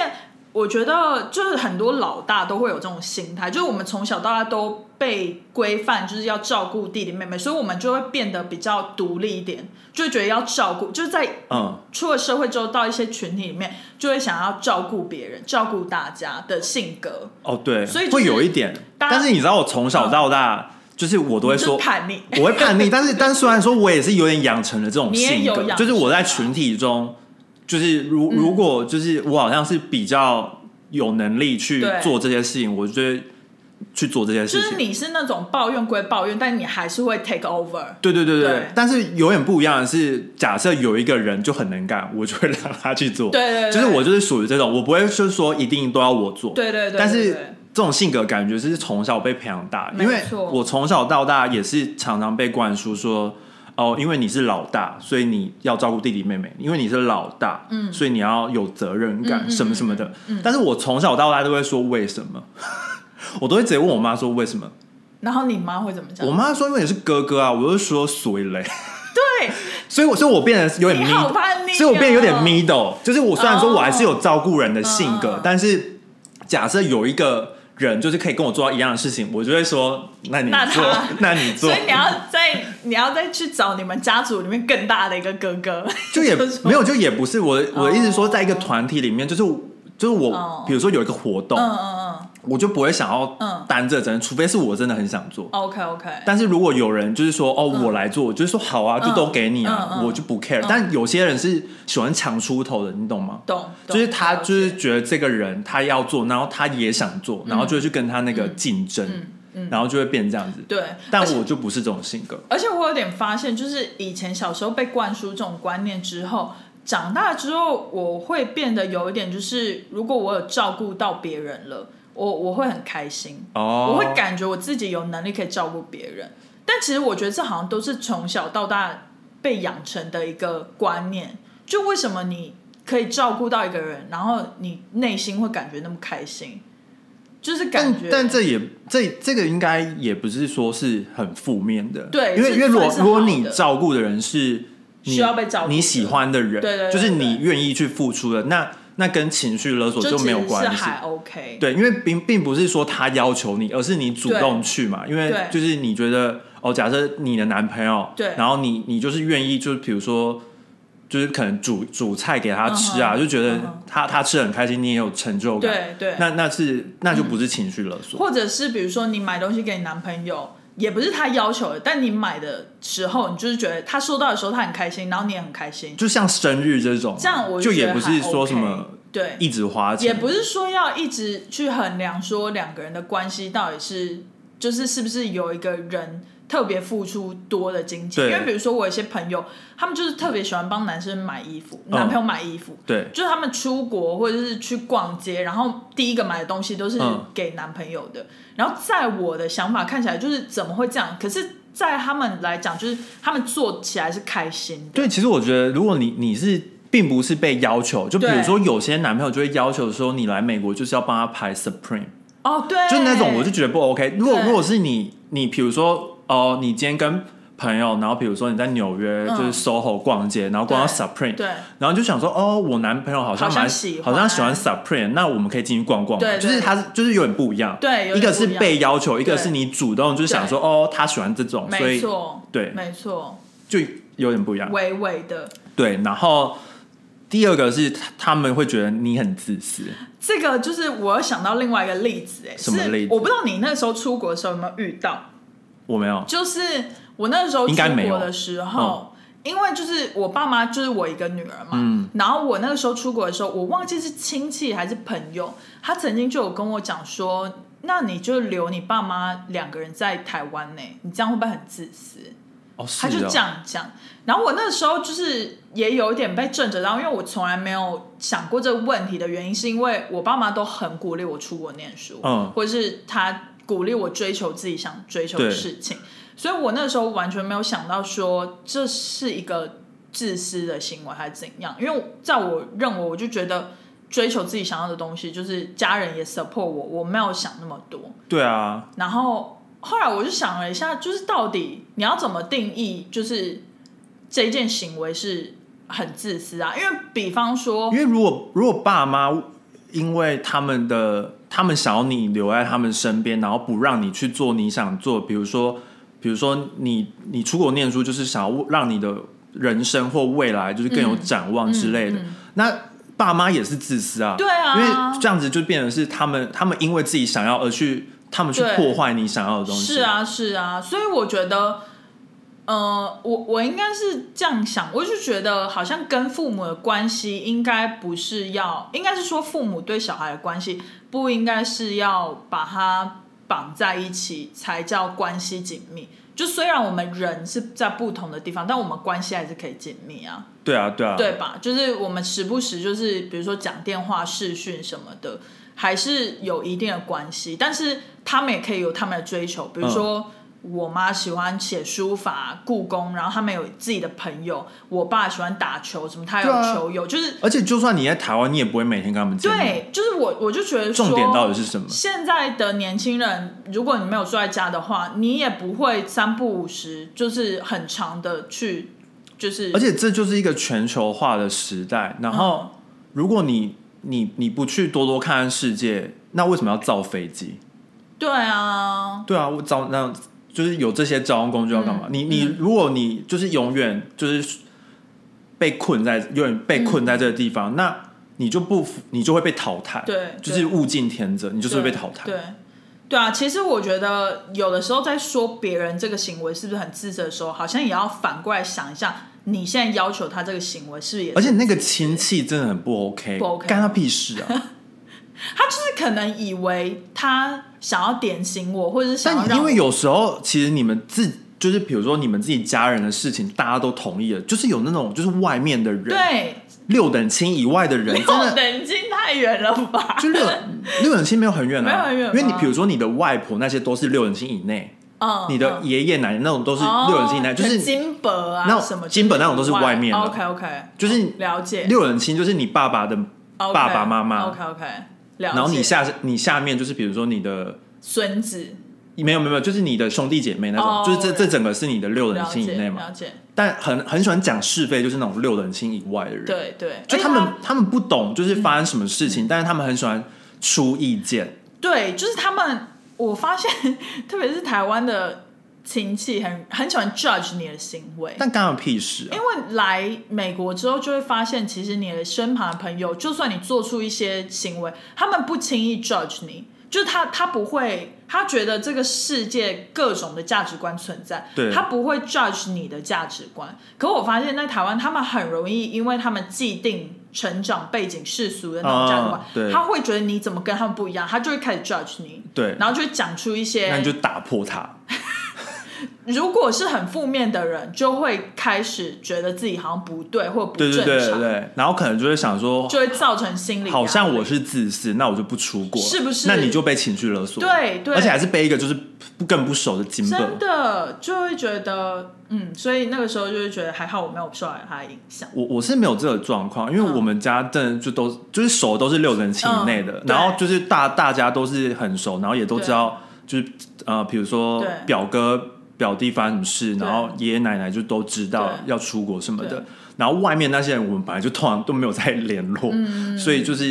我觉得就是很多老大都会有这种心态，就是我们从小到大都被规范，就是要照顾弟弟妹妹，所以我们就会变得比较独立一点，就会觉得要照顾，就是在嗯，出了社会之后到一些群体里面，就会想要照顾别人、照顾大家的性格，哦，对，所以就是会有一点。大家嗯但是你知道，我从小到大、就是我都会就是说，叛逆。 <laughs> 我会 <laughs> 叛逆。但是，但虽然说我也是有点养成了这种你也性有格养，就是我成在啊嗯群体中，就是如如果就是我好像是比较有能力去对做这些事情，我就会去做这些就事是情。你是那种抱怨归抱怨，但你还是会 take over。对对对对，对但是有点不一样的是，假设有一个人就很能干，我就会让他去做。对对对就是我就是属于这种，我不会就是说一定都要我做。对对对对但是对这种性格感觉是从小被培养大，因为没错我从小到大也是常常被灌输说，哦，因为你是老大，所以你要照顾弟弟妹妹，因为你是老大，嗯，所以你要有责任感，嗯嗯什么什么的。但是我从小到大都会说为什么， <laughs> 我都会直接问我妈说为什么。然后你妈会怎么讲我？妈说因为你是哥哥啊，我就说所以嘞， <laughs> 对，所以我所以我变得有点你 mid，好叛逆、哦所以我变得有点。middle，就是我虽然说我还是有照顾人的性格哦嗯嗯嗯但是假设有一个人就是可以跟我做到一样的事情，我就会说那你那他做， <laughs> 那你做所以，你要再你要再去找你们家族里面更大的一个哥哥，<laughs> 就也是说没有就也不是我的我的意思说，哦在一个团体里面，就是就是我哦，比如说有一个活动，嗯嗯嗯我就不会想要嗯哦担这个责任，除非是我真的很想做。 ，OK OK，但是如果有人就是说哦，我来做，我就说好啊，就都给你啊嗯，嗯我就不 care 嗯。但有些人是喜欢抢出头的，你懂吗？懂，懂就是他了就解是觉得这个人他要做，然后他也想做，然后就会去跟他那个竞争，嗯嗯然后就会变这样子。对，但而且我就不是这种性格，而且我有点发现，就是以前小时候被灌输这种观念之后，长大之后我会变得有一点，就是如果我有照顾到别人了，我我会很开心，哦我会感觉我自己有能力可以照顾别人。但其实我觉得这好像都是从小到大被养成的一个观念，就为什么你可以照顾到一个人，然后你内心会感觉那么开心，就是感但觉但这也这这个应该也不是说是很负面的，对因为是因为如果算是好如的果你照顾的人是你需要被照顾的你喜欢的人，对对对就是对你愿意去付出的，那那跟情绪勒索就就没有其实是关系，还 OK。对，因为并并不是说他要求你，而是你主动去嘛。因为对就是你觉得哦，假设你的男朋友，对然后你你就是愿意，就是比如说，就是可能煮煮菜给他吃啊，嗯哼就觉得嗯哼他、他吃得很开心，你也有成就感。对对嗯那那是那就不是情绪勒索。或者是比如说你买东西给你男朋友，也不是他要求的，但你买的时候，你就是觉得他收到的时候他很开心，然后你也很开心，就像生日这种，啊这样我就觉也得不还是说 OK 什么对，一直花钱，也不是说要一直去衡量说两个人的关系到底是就是是不是有一个人。特别付出多的经济，因对为比如说我有一些朋友，他们就是特别喜欢帮男生买衣服，嗯男朋友买衣服，对就是他们出国或者是去逛街，然后第一个买的东西都是嗯给男朋友的。然后在我的想法看起来，就是怎么会这样？可是，在他们来讲，就是他们做起来是开心的。对，其实我觉得，如果你你是并不是被要求，就比如对说有些男朋友就会要求说，你来美国就是要帮他拍 Supreme，哦，对，就那种我就觉得不 OK。如果对如果是你，你比如说哦、你今天跟朋友，然后比如说你在纽约嗯就是 SOHO 逛街，然后逛到 Supreme，对然后就想说哦，我男朋友好像好像蛮喜好欢像喜欢 Supreme，那我们可以进去逛逛嘛。对对就是他是就是有点不一样，对有点一个是不一样被要求，一个对是你主动就是想说哦，他喜欢这种，所没以错，对没错，就有点不一样。微微的对，然后第二个是他他们会觉得你很自私，这个就是我又想到另外一个例子、哎，什么是例子我不知道你那时候出国的时候有没有遇到，我没有，就是我那时候应该出没有哦国的时候，因为就是我爸妈就是我一个女儿嘛，嗯然后我那个时候出国的时候，我忘记是亲戚还是朋友，他曾经就有跟我讲说，那你就留你爸妈两个人在台湾呢，你这样会不会很自私？哦，是他就哦这样讲。然后我那时候就是也有一点被震着，然后因为我从来没有想过这个问题的原因，是因为我爸妈都很鼓励我出国念书，嗯或者是他鼓励我追求自己想追求的对事情，所以我那时候完全没有想到说这是一个自私的行为还是怎样，因为在我认为，我就觉得。追求自己想要的东西，就是家人也 support 我，我没有想那么多。对啊，然后后来我就想了一下，就是到底你要怎么定义，就是这件行为是很自私啊？因为比方说因，为如果如果爸妈因为他们的他们想要你留在他们身边，然后不让你去做你想做，比如说比如说你你出国念书，就是想要让你的人生或未来就是更有展望之类的，嗯嗯那。爸妈也是自私啊，对啊因为这样子就变成是他们，他们因为自己想要而去，他们去对破坏你想要的东西。是，啊是啊，所以我觉得，呃，我我应该是这样想，我就觉得好像跟父母的关系应该不是要，应该是说父母对小孩的关系不应该是要把它绑在一起才叫关系紧密。就虽然我们人是在不同的地方，但我们关系还是可以紧密啊，对啊，对啊，对吧？就是我们时不时就是比如说讲电话、视讯什么的，还是有一定的关系。但是他们也可以有他们的追求，嗯比如说。我妈喜欢写书法、故宫，然后他们有自己的朋友。我爸喜欢打球，什么他有对啊球友，就是而且就算你在台湾，你也不会每天跟他们见面。对，就是我我就觉得说重点到底是什么？现在的年轻人，如果你没有住在家的话，你也不会三不五时就是很长的去，就是而且这就是一个全球化的时代。然后，嗯如果你你你不去多多看看世界，那为什么要造飞机？对啊，对啊，我造那就是有这些交通工具要干嘛？嗯你你如果你就是永远就是被困在永远被困嗯在这个地方，那你就不服你就会被淘汰。对就是物竞天择，你就是会被淘汰。对，对啊，其实我觉得有的时候在说别人这个行为是不是很自责的时候，好像也要反过来想一下，你现在要求他这个行为是不是也是而且那个亲戚真的很不 OK，不 OK 干他屁事 <laughs> 啊！他就是可能以为他想要点醒我，或者是想要但让因我为有时候其实你们自就是比如说你们自己家人的事情，大家都同意了，就是有那种就是外面的人，对六等亲以外的人，<laughs> 真六的等亲太远了吧？就 <laughs> 六六等亲没有很远啊，没有很远吗因为你比如说你的外婆那些都是六等亲以内，嗯，你的嗯爷爷奶奶那种都是哦六等亲以内，就可能是金箔啊，那种什么金箔那种都是外面的 OK OK，就是哦了解。六等亲就是你爸爸的， OK，爸爸妈妈 OK OK，了解。然后你下你下面就是比如说你的。孙子，没有没有没有，就是你的兄弟姐妹那种哦就是这这整个是你的六人了亲以解内嘛。了解，但很很喜欢讲是非，就是那种六人亲以外的人。，对哎对，啊就而且他们他们不懂就是发生什么事情，但是他们很喜欢出意见。对，就是他们，我发现 <laughs> 特别是台湾的亲戚很很喜欢 judge 你的行为。但干我屁事啊因！为来美国之后，就会发现，其实你的身旁的朋友，就算你做出一些行为，他们不轻易 judge 你，就是他他不会，他觉得这个世界各种的价值观存在，对他不会 judge 你的价值观。可我发现，在台湾，他们很容易，因为他们既定成长背景、世俗的那种价值观，啊对他会觉得你怎么跟他们不一样，他就会开始 judge 你，对，然后就会讲出一些那你就打破它。如果是很负面的人，就会开始觉得自己好像不对或不对正对常，对对对，然后可能就会想说，就会造成心理压力好像我是自私，那我就不出国，是不是那你就被情绪勒索，对啊对而且还是被一个就是不更不熟的金本。真的就会觉得嗯，所以那个时候就会觉得还好我没有受到他的影响。我我是没有这个状况，因为嗯我们家真的就都就是熟，都是六人亲以内的，嗯对然后就是大大家都是很熟，然后也都知道就是呃，比如说对表哥表弟发生什么事，对然后爷爷奶奶就都知道对要出国什么对的，然后外面那些人我们本来就通常都没有在联络，嗯所以就是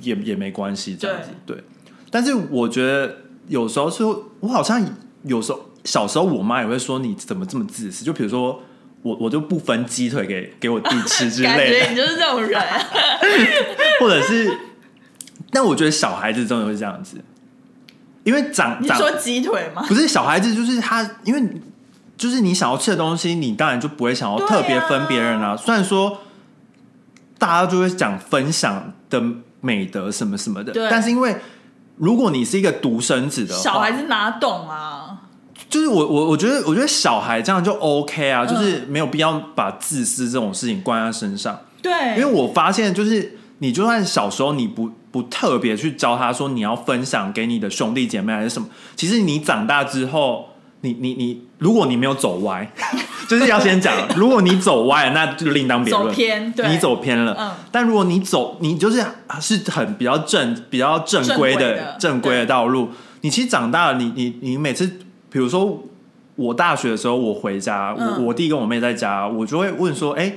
也也没关系这样子对。但是我觉得有时候是我好像有时候小时候我妈也会说你怎么这么自私，就比如说。我我就不分鸡腿给给我弟吃 <laughs> 之感类的觉，你就是这种人， <laughs> 或者是，但我觉得小孩子真的会这样子，因为长你长说鸡腿吗？不是小孩子，就是他，因为就是你想要吃的东西，你当然就不会想要对啊特别分别人啊。虽然说大家就会讲分享的美德什么什么的对，但是因为如果你是一个独生子的话小孩子哪懂啊？就是我我我觉得我觉得小孩这样就 OK 啊，嗯就是没有必要把自私这种事情灌在他身上。对，因为我发现，就是你就算小时候你不不特别去教他说你要分享给你的兄弟姐妹还是什么，其实你长大之后，你你你，如果你没有走歪， <laughs> 就是要先讲，如果你走歪了，那就另当别论。走偏对你走偏了。嗯但如果你走，你就是是很比较正、比较正规的正规的正规的道路，你其实长大了，你你你每次，比如说我大学的时候，我回家，嗯我我弟跟我妹在家，我就会问说，哎、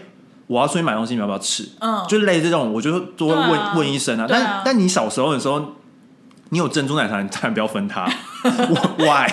我要出去买东西，你要不要吃？嗯，就类似这种，我就都会问、对啊问一声啊。对但、啊但你小时候的时候，你有珍珠奶茶，你当然不要分 <laughs> 它。我 why？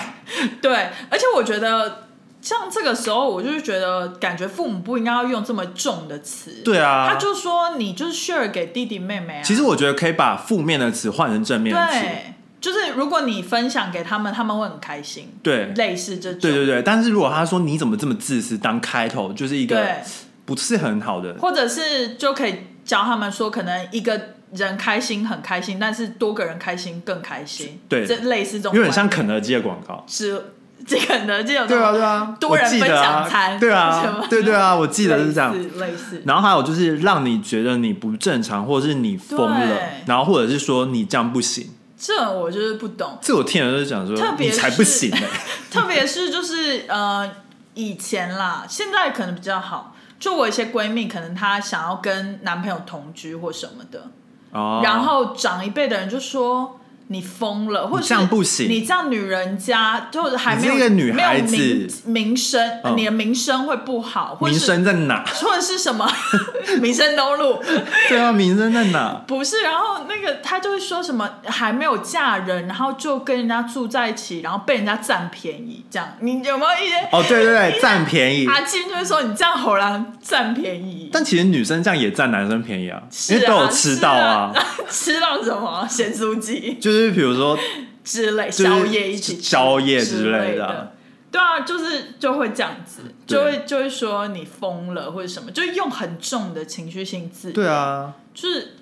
对，而且我觉得像这个时候，我就是觉得感觉父母不应该要用这么重的词。对啊他就说你就是 share 给弟弟妹妹啊。其实我觉得可以把负面的词换成正面的词。对，就是如果你分享给他们，他们会很开心。对类似这种，对对对，但是如果他说你怎么这么自私，当开头就是一个对不是很好的。或者是就可以教他们说，可能一个人开心很开心，但是多个人开心更开心。对这类似这种观有念，点像肯德基的广告，是 <laughs> 这肯德基有对啊，对啊，多人分享餐我记得什啊么对啊，对对啊，我记得是这样。类似类似，然后还有就是让你觉得你不正常，或者是你疯了对，然后或者是说你这样不行，这我就是不懂。这我听了就是想说，特别你才不行呢、欸 <laughs> 特别是 <laughs> 就是呃以前啦，现在可能比较好。就我一些闺蜜，可能她想要跟男朋友同居或什么的，哦，然后长一辈的人就说你疯了，或者这样不行你这样女人家就是还没有你是一个女孩子没有名名声，嗯你的名声会不好，或名者是声在哪？或者是什么 <laughs> 民生东路。对啊，名声在哪？不是，然后那个他就会说什么还没有嫁人，然后就跟人家住在一起，然后被人家占便宜，这样你有没有一些？哦，对对对，占便宜。阿金就会说你这样好难占便宜，但其实女生这样也占男生便宜啊，是因啊为都有吃到啊。 <laughs> 吃到什么咸酥鸡就是比如 <laughs> 说，之类，就是宵夜一起吃宵夜之之类的的啊。对啊，就是就会这样子，对就会就会说你疯了或者什么，就用很重的情绪性字，对，啊，就是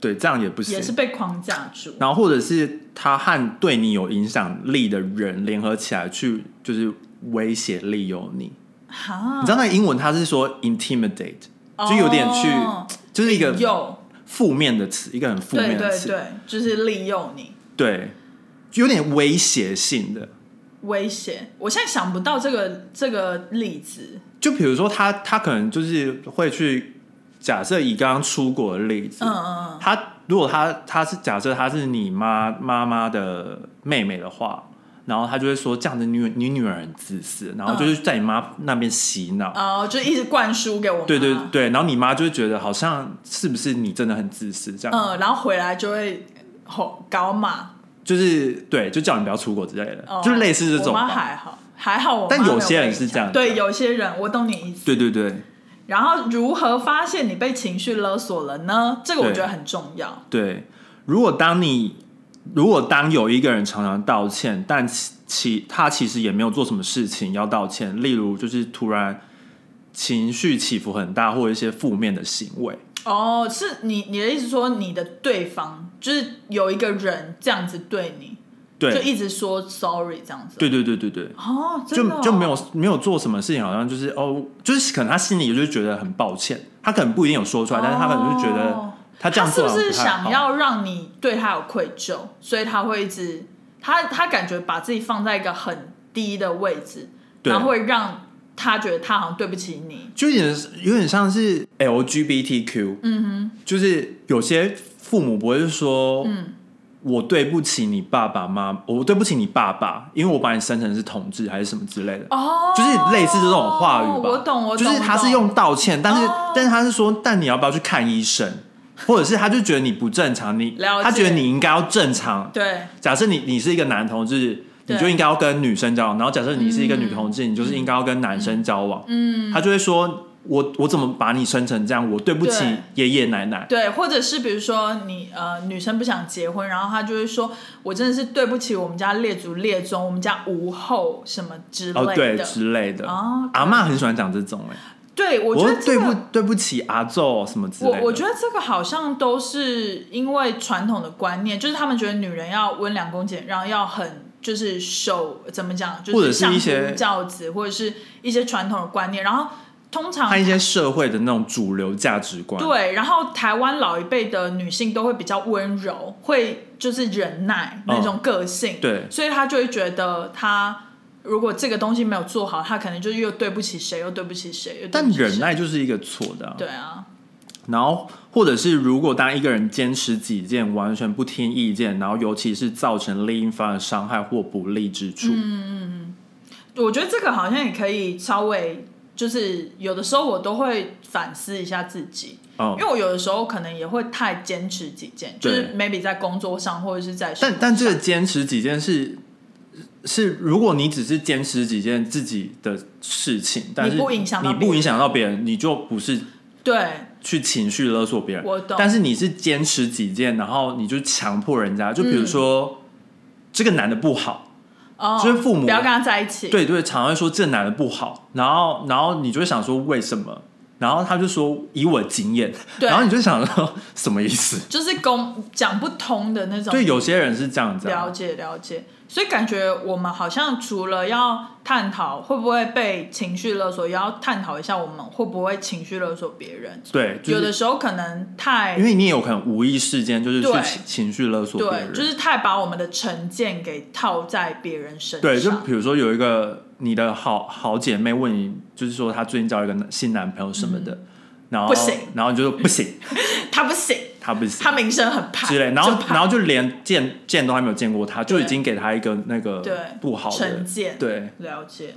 对，这样也不行也。是被框架住。然后或者是他和对你有影响力的人联合起来去，就是威胁利诱你。哈你知道那个英文它是说 intimidate，就有点去，哦就是一个利诱，负面的词，一个很负对面的对词，对，就是利用你对就有点威胁性的。威胁。我现在想不到这个这个例子，就比如说他，他可能就是会去假设以刚刚出国的例子，嗯嗯他如果他他是假设他是你妈妈妈的妹妹的话，然后他就会说这样子你女你女儿很自私，然后就是在你妈那边洗脑。嗯，哦，就一直灌输给我妈，对对对，然后你妈就会觉得好像是不是你真的很自私这样，嗯，然后回来就会吼搞骂，就是对，就叫你不要出国之类的，哦就类似这种我妈吧。还好，还好我妈但没有些人被是这抢样对，讲有些人我懂你意思。对对对然后如何发现你被情绪勒索了呢？这个我对觉得很重要。对，如果当你如果当有一个人常常道歉，但其其他其实也没有做什么事情要道歉，例如就是突然情绪起伏很大或一些负面的行为，哦，是你你的意思说你的对方就是有一个人这样子对你，就对一直说 sorry 这样子。对对对对对，哦，就真的哦就没有没有做什么事情，好像就是哦，就是可能他心里就是觉得很抱歉，他可能不一定有说出来，但是他可能就觉得哦他这他样是做不好像是太好想要让你对他有愧疚，所以他会一直他他感觉把自己放在一个很低的位置，对然后会让他觉得他好像对不起你。就有点有点像是 LGBTQ，嗯哼，就是有些父母不会说，嗯，我对不起你爸爸妈妈，我对不起你爸爸，因为我把你生成是同志还是什么之类的，哦，就是类似这种话语吧。我懂，我懂，就是他是我懂用道歉，但是、哦但是他是说，但你要不要去看医生，或者是他就觉得你不正常，你了解他觉得你应该要正常。对假设你你是一个男同志。你对嗯就应该要跟女生交往，然后假设你是一个女同志，你就是应该要跟男生交往。嗯，他就会说，我我怎么把你生成这样？我对不起对爷爷奶奶。对，或者是比如说你呃女生不想结婚，然后她就会说，我真的是对不起我们家列祖列宗，我们家无后什么之哦，类对的。之类的。哦阿嬷很喜欢讲这种、欸，对，我觉我得说这对个不对不起阿宙什么之类我的。我觉得这个好像都是因为传统的观念，就是他们觉得女人要温良恭俭让，要很就是守怎么讲，就或者是相一夫些教子，或者是一些传统的观念。然后通常和一些社会的那种主流价值观。对，然后台湾老一辈的女性都会比较温柔，会就是忍耐那种个性，哦对所以她就会觉得她如果这个东西没有做好，她可能就是又对不起谁，又对不起谁，又对但不起忍谁耐就是一个错的、啊。对啊，然后，或者是如果当一个人坚持己见，完全不听意见，然后尤其是造成另一方的伤害或不利之处，嗯我觉得这个好像也可以稍微，就是有的时候我都会反思一下自己，哦因为我有的时候可能也会太坚持己见，就对是 maybe 在工作上或者是在生但活但这个上坚持己见是是，如果你只是坚持己见自己的事情，但是不影响到你别不人影响到别人，你就不是对去情绪勒索别人。我懂但是你是坚持己见，然后你就强迫人家，就比如嗯说、这个男的不好，哦，就是父母不要跟他在一起，对对，常常会说这个男的不好，然后然后你就会想说为什么？然后他就说以我经验，对然后你就想说什么意思？就是公讲不通的那种。对，有些人是这样子、啊了，解了解，所以感觉我们好像除了要探讨会不会被情绪勒索，也要探讨一下我们会不会情绪勒索别人。对，就有的是时候可能因太为你也有可能无意事件就是去对情情绪勒索别对，人，就是太把我们的成见给套在别人身上。对，就比如说有一个你的好好姐妹问你，就是说她最近交了一个男新男朋友什么的，然后嗯不行然后你就说不行， <laughs> 他不行，她不行他名声很怕之类，然后就怕然后就连见见都还没有见过她，就对已经给她一个那个对不好的成见，对了解，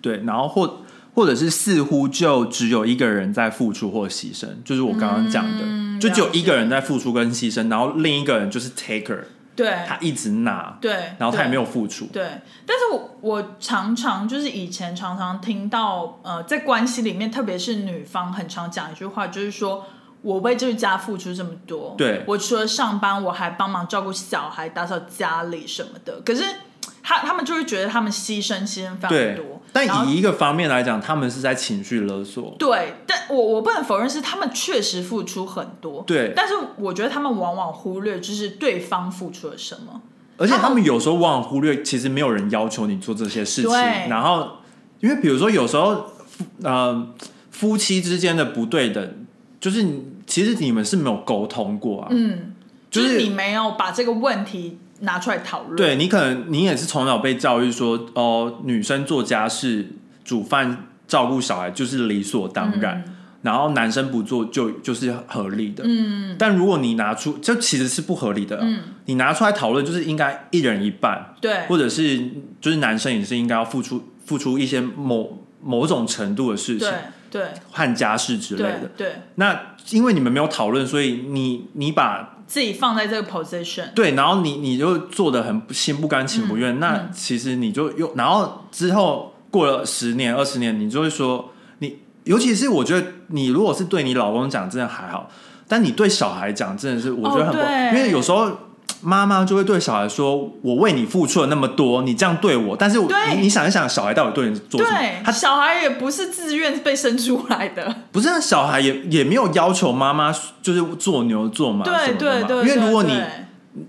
对，然后或或者是似乎就只有一个人在付出或牺牲，就是我刚刚讲的，嗯就只有了解一个人在付出跟牺牲，然后另一个人就是 taker，对他一直拿，对，然后他也对没有付出，对，但是我我常常就是以前常常听到，呃，在关系里面，特别是女方，很常讲一句话，就是说我为这个家付出这么多，对我除了上班，我还帮忙照顾小孩、打扫家里什么的。可是他他们就会觉得他们牺牲牺牲非常对多，，然后但以一个方面来讲，他们是在情绪勒索，对，但我我不能否认是他们确实付出很多，对但是我觉得他们往往忽略就是对方付出了什么，而且他们他们有时候往往忽略，其实没有人要求你做这些事情。对然后，因为比如说有时候，呃，夫妻之间的不对等，就是你其实你们是没有沟通过啊。嗯，就就是是你没有把这个问题拿出来讨论，对你可能你也是从小被教育说，哦，女生做家事、煮饭、照顾小孩就是理所当然，然后男生不做就就是合理的。嗯。但如果你拿出，这其实是不合理的啊。嗯你拿出来讨论，就是应该一人一半。对，或者是就是男生也是应该要付出付出一些某某种程度的事情对对和家事之类对的。对，那因为你们没有讨论，所以你你把自己放在这个 position，对，然后你你就做的很心不甘情不愿。嗯那其实你就又然后之后过了十年二十年，你就会说你，尤其是我觉得你如果是对你老公讲，真的还好，但你对小孩讲，真的是我觉得很不，哦对因为有时候。妈妈就会对小孩说：“我为你付出了那么多，你这样对我，但是我对你你想一想，小孩到底对你做什么？对，他小孩也不是自愿被生出来 <laughs> 的，不是啊小孩也也没有要求妈妈就是做牛做马什对么的对嘛对，因为如果你对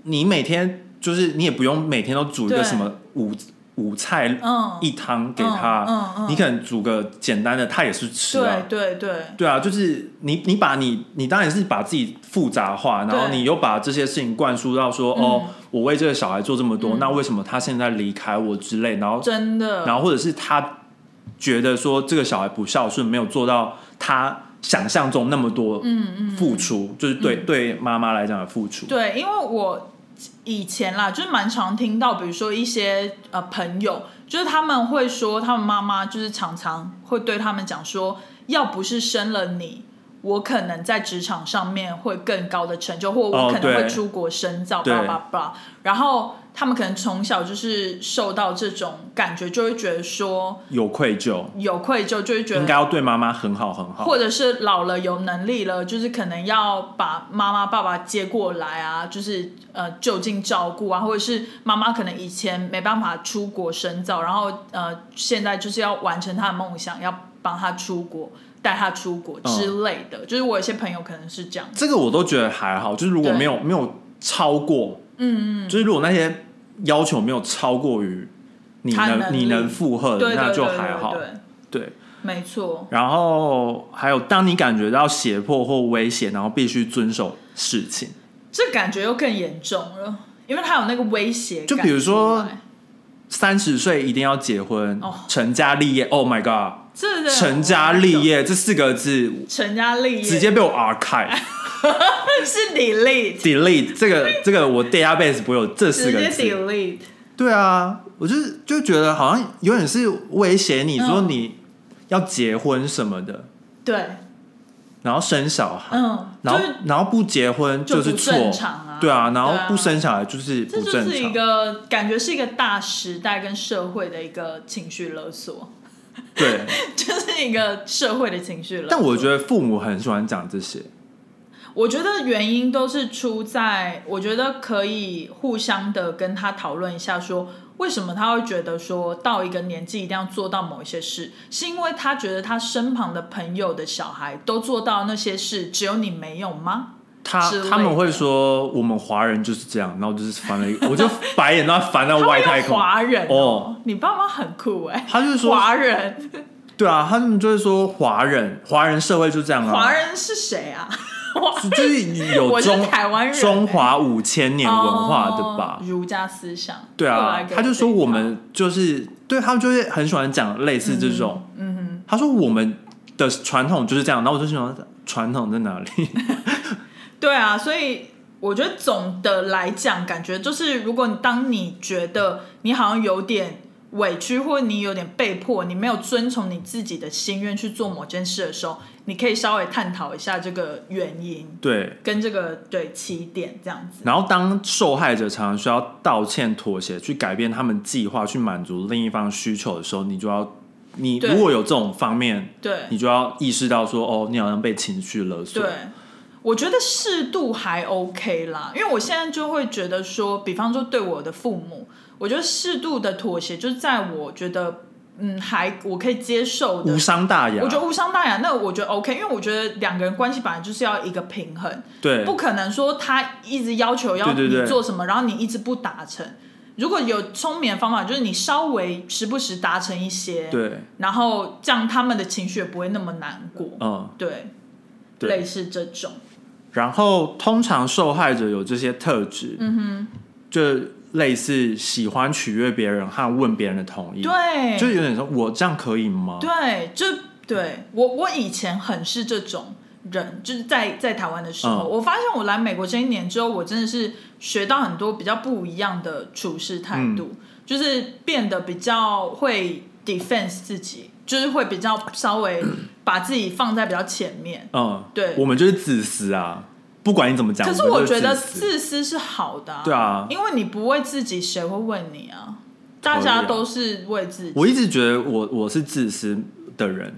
你每天就是你也不用每天都煮一个对什么五五菜嗯一汤给他，嗯嗯嗯你可能煮个简单的，他也是吃啊对。对对对啊，就是你，你把你，你当然是把自己复杂化，然后对你又把这些事情灌输到说，嗯哦，我为这个小孩做这么多，嗯那为什么他现在离开我之类，然后，真的，然后或者是他觉得说这个小孩不孝顺，没有做到他想象中那么多嗯嗯，付出，就是对、对妈妈来讲的付出，对，因为我以前啦，就是蛮常听到，比如说一些呃朋友，就是他们会说，他们妈妈就是常常会对他们讲说，要不是生了你。我可能在职场上面会更高的成就，或我哦可能会对出国深造，对叭叭叭。然后他们可能从小就是受到这种感觉，就会觉得说有愧疚，有愧疚，就会觉应该得，要对妈妈很好很好。或者是老了有能力了，就是可能要把妈妈爸爸接过来啊，就是呃就近照顾啊，或者是妈妈可能以前没办法出国深造，然后呃现在就是要完成她的梦想，要帮她出国，带她出国嗯之类的。就是我有些朋友可能是这样，这个我都觉得还好，就是如果对没有没有超过，嗯嗯，就是如果那些要求没有超过于你他能能力你能负荷对对对的，嗯那就对还好对。对对，没错，然后还有，当你感觉到胁迫或威胁，然后必须遵守事情，这感觉又更严重了，因为他有那个威胁感出就来，比如说三十岁一定要结婚哦，成家立业。Oh my god，这个成家立，业这四个字成家立业直接被我 archive <laughs> 是 delete， delete，这个这个我 database 不会有这四直个接字。 delete，对啊，我就是就觉得好像有点是威胁你嗯说你要结婚什么的，对，然后生小孩，嗯，然后就是然后不结婚就不是错，正常啊对啊，然对啊后不生小孩就是不这就正是一常，个感觉是一个大时代跟社会的一个情绪勒索， <laughs> 对。就是一个社会的情绪勒索。但我觉得父母很喜欢讲这些，我觉得原因都是出在，我觉得可以互相的跟他讨论一下说。为什么他会觉得说到一个年纪一定要做到某一些事？是因为他觉得他身旁的朋友的小孩都做到那些事，只有你没有吗？他之类的他们会说我们华人就是这样，然后就是翻了一， <laughs> 我就白眼到翻到他们外有太空。华人哦哦，你爸妈很酷哎、他就是说，华人，对啊，他们就会说华人，华人社会就这样啊，华人是谁 <laughs> 啊？就就是有 <laughs> 我是中台湾人欸中华五千年文化的吧哦？儒家思想。对又啊来，给他就这说一我套们就是对他们就是很喜欢讲类似这种，嗯哼，他说我们的传统就是这样，然后我就想传统在哪里？ <laughs> 对啊，所以我觉得总的来讲，感觉就是，如果你当你觉得你好像有点委屈，或你有点被迫，你没有遵从你自己的心愿去做某件事的时候，你可以稍微探讨一下这个原因对，跟这个对起点这样子。然后当受害者常常需要道歉、妥协，去改变他们计划，去满足另一方需求的时候，你就要，你对如果有这种方面，对你就要意识到说，哦，你好像被情绪勒索。对，我觉得适度还 OK 啦，因为我现在就会觉得说，比方说对我的父母，我觉得适度的妥协就是在我觉得嗯还我可以接受的无伤大雅。我觉得无伤大雅，那我觉得 OK，因为我觉得两个人关系本来就是要一个平衡，对，不可能说他一直要求要对对你对做什么，然后你一直不达成。如果有聪明的方法，就是你稍微时不时达成一些，对，然后这样他们的情绪也不会那么难过，嗯，对，对类似这种，然后通常受害者有这些特质，嗯哼，就类似喜欢取悦别人和问别人的同意，，对，就有点说我这样可以吗？对，就对我我以前很是这种人，就是在在台湾的时候，嗯我发现我来美国这一年之后，我真的是学到很多比较不一样的处事态嗯度，就是变得比较会 defense 自己，就是会比较稍微把自己放在比较前面。嗯，对我们就是自私啊，不管你怎么讲，可是我我们就觉得自自私私是好的、啊，对啊因为你不为自己，谁会为你啊？大合家理啊都是为自己，我一直觉得我我是自私的人，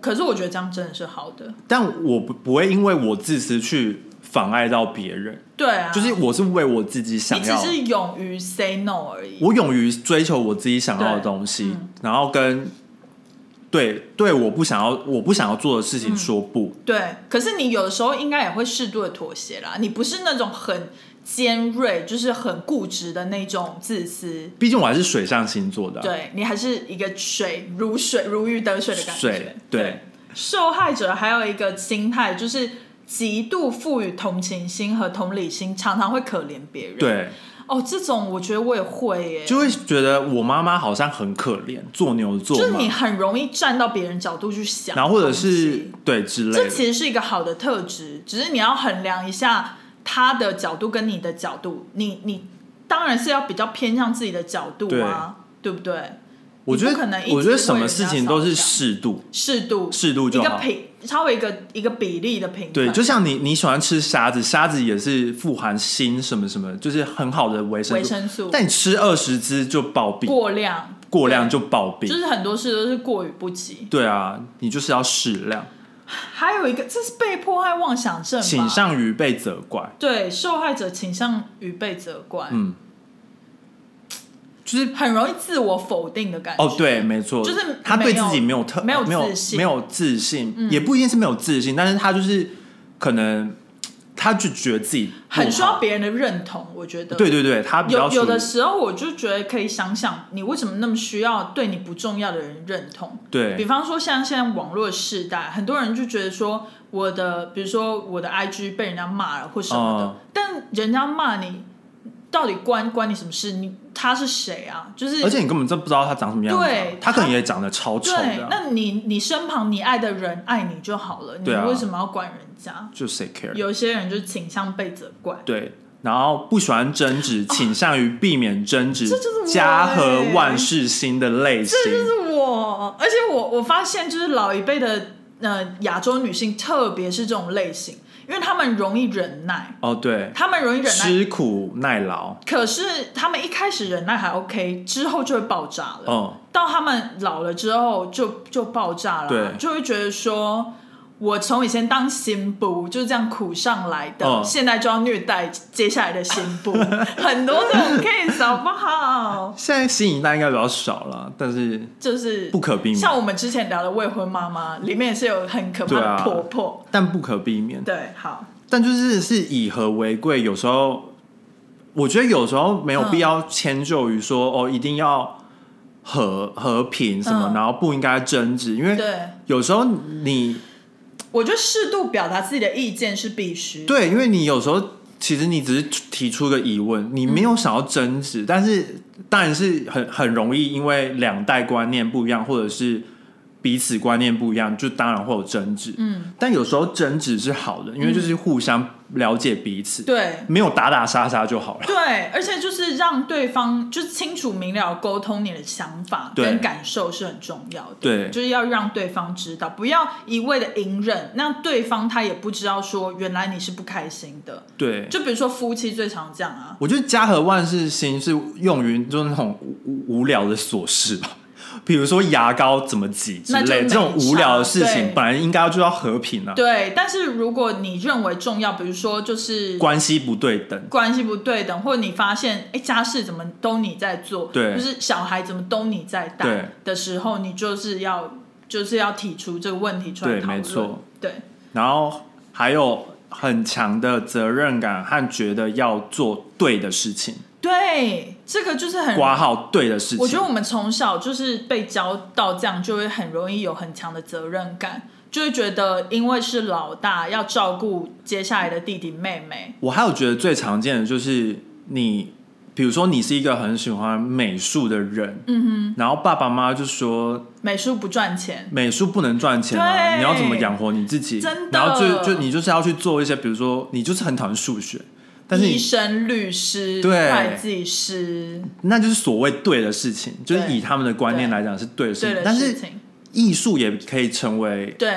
可是我觉得这样真的是好的，但我不不会因为我自私去妨碍到别人，对啊，就是我是为我自己想你只要，是勇于 say no 而已。我勇于追求我自己想要的对东西，嗯然后跟对对我不想要我不想要做的事情说不，对，可是你有的时候应该也会适度的妥协啦。你不是那种很尖锐，就是很固执的那种自私。毕竟我还是水象星座的啊、对你还是一个水如水如鱼得水的感觉。水对受害者还有一个心态就是极度赋予同情心和同理心，常常会可怜别人。，对，哦，这种我觉得我也会耶，就会觉得我妈妈好像很可怜，做牛做就是马你，很容易站到别人角度去想东西，然后或者是对之类这的，其实是一个好的特质，只是你要衡量一下他的角度跟你的角度，你你当然是要比较偏向自己的角度啊，对不对？我觉你不可能得一直我觉得为什么人事家情都着是想适度，适度，适度就一个好。平，稍微一个一个比例的平衡，对，就像你你喜欢吃虾子，虾子也是富含锌什么什么，就是很好的维生素。维生素但你吃二十只就暴毙，过过量，量就暴就毙。是很多事都是过于不及。对啊，你就是要适量，还有一个，这是被迫害妄想症吧？倾向于被责怪。对受害者倾向于被责怪，嗯，就是很容易自我否定的感觉。哦，对，没错，就是他对自己没没有有特没有没有自信嗯没有自信，也不一定是没有自信，但是他就是可能他就觉得自己不很需要好别人的认同，我觉得。对对对，他比较有有的属于时候我就觉得可以想想，你为什么那么需要对你不重要的人认同？比对方说像现在网络时代，很多人就觉得说我的，比如说我的 IG 被人家骂了或什么的，嗯但人家骂你到底关关你什么事？你他是谁啊？就是而且你根本就不知道他长什么样子啊、对他可能也长得超丑对的，啊、那你你身旁你爱的人爱你就好了，你对啊为什么要管人家？就谁 care？有些人就倾向被责怪。对，然后不喜欢争执，倾向于避免争执，就是我家和欸万事兴的类型，这就是我，而且我我发现就是老一辈的呃亚洲女性，特别是这种类型，因为她们容易忍耐，哦对，她们容易忍耐，吃苦耐劳，可是她们一开始忍耐还 OK，之后就会爆炸了。嗯，到她们老了之后就就爆炸了啊、对就会觉得说。我从以前当新部就是这样苦上来的，嗯现在就要虐待接下来的新 <laughs> 部，很多这种 case 好不好？现在新一代应该比较少了，但是就是不可避免像我们之前聊的未婚妈妈，里面也是有很可怕对的啊婆婆。但不可避免。对，好，但就是是以和为贵，有时候我觉得有时候没有必要迁就于说、哦，一定要和和平什么，嗯然后不应该争执，因为对，有时候你我觉得适度表达自己的意见是必须。，对，因为你有时候其实你只是提出个疑问，你嗯没有想要争执，但是当然是很很容易，因为两代观念不一样，或者是彼此观念不一样，就当然会有争执。嗯，但有时候争执是好的，因为就是互相了解彼此，对，没有打打杀杀就好了。对，而且就是让对方就是清楚明了沟通你的想法对跟感受是很重要的，对就是要让对方知道，不要一味的隐忍，那对方他也不知道说原来你是不开心的。对，就比如说夫妻最常这样啊，我觉得家和万事兴是用于就是那种无无无聊的琐事吧。比如说牙膏怎么挤之那就类没这种无聊的事差情对，本来应该就要和平啊，对。但是如果你认为重要，比如说就是关系不对等，关系不对等，或者你发现哎家事怎么都你在做，对就是小孩怎么都你在带对的时候，你就是要就是要提出这个问题出来对讨论，没错对。然后还有很强的责任感和觉得要做对的事情，对，这个就是很，挂号对的事情。嗯我觉得我们从小就是被教到这样，就会很容易有很强的责任感，就会觉得因为是老大，要照顾接下来的弟弟妹妹。我还有觉得最常见的就是你，比如说你是一个很喜欢美术的人，嗯哼，然后爸爸妈妈就说美术不赚钱，美术不能赚钱啊，对你要怎么养活你自己？真的然后就就你就是要去做一些，比如说你就是很讨厌数学，但是医你生、律师、对会计师，那就是所谓对的事情，就是对以他们的观念对来讲是对的事对情，的但事是情，艺术也可以成为对，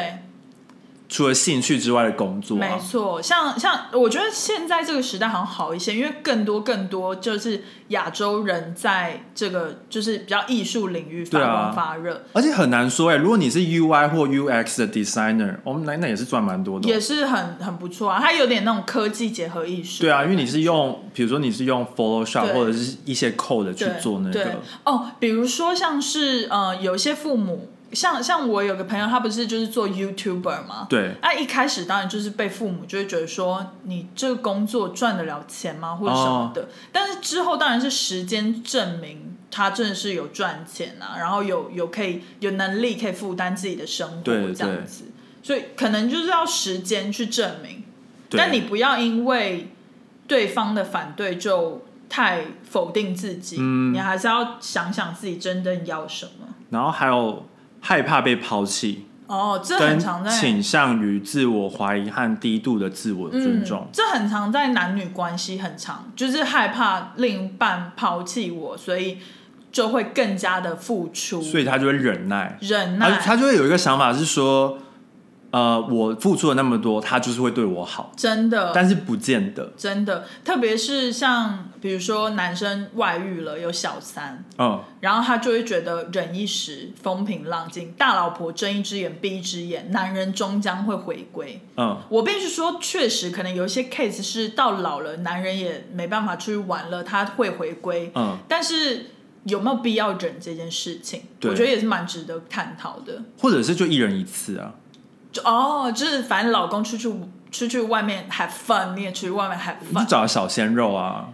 除了兴趣之外的工作、没啊。错。像像我觉得现在这个时代好像好一些，因为更多更多就是亚洲人在这个就是比较艺术领域发对啊光发热。而且很难说哎、如果你是 UI 或 UX 的 designer，哦，那那也是赚蛮多的哦、也是很很不错啊，它有点那种科技结合艺术。对啊，因为你是用，比如说你是用 Photoshop 对或者是一些 code 去对做那对个，哦，比如说像是呃，有一些父母，像像我有个朋友，他不是就是做 YouTuber 吗？对那、啊一开始当然就是被父母就会觉得说，你这个工作赚得了钱吗，或者什么哦的。但是之后当然是时间证明他真的是有赚钱啊，然后有有可以有能力可以负担自己的生活对这样对子，所以可能就是要时间去证明。对但你不要因为对方的反对就太否定自己，嗯你还是要想想自己真正要什么。然后还有害怕被抛弃，哦，这很跟常在倾向于自我怀疑和低度的自我尊重嗯。，这很常在男女关系很常，就是害怕另一半抛弃我，所以就会更加的付出、所以他就会忍耐，忍他耐。他就会有一个想法是说，呃，我付出了那么多，他就是会对我好，真的，但是不见得，真的，特别是像比如说男生外遇了有小三，嗯，然后他就会觉得忍一时风平浪静，大老婆睁一只眼闭一只眼，男人终将会回归。嗯，我必须说，确实可能有一些 case 是到老了，男人也没办法出去玩了，他会回归。嗯，但是有没有必要忍这件事情，我对觉得也是蛮值得探讨的。或者是就一人一次啊，就哦，就是反正老公出去出去外面 have fun，你也出去外面 have 你就 fun。找小鲜肉啊，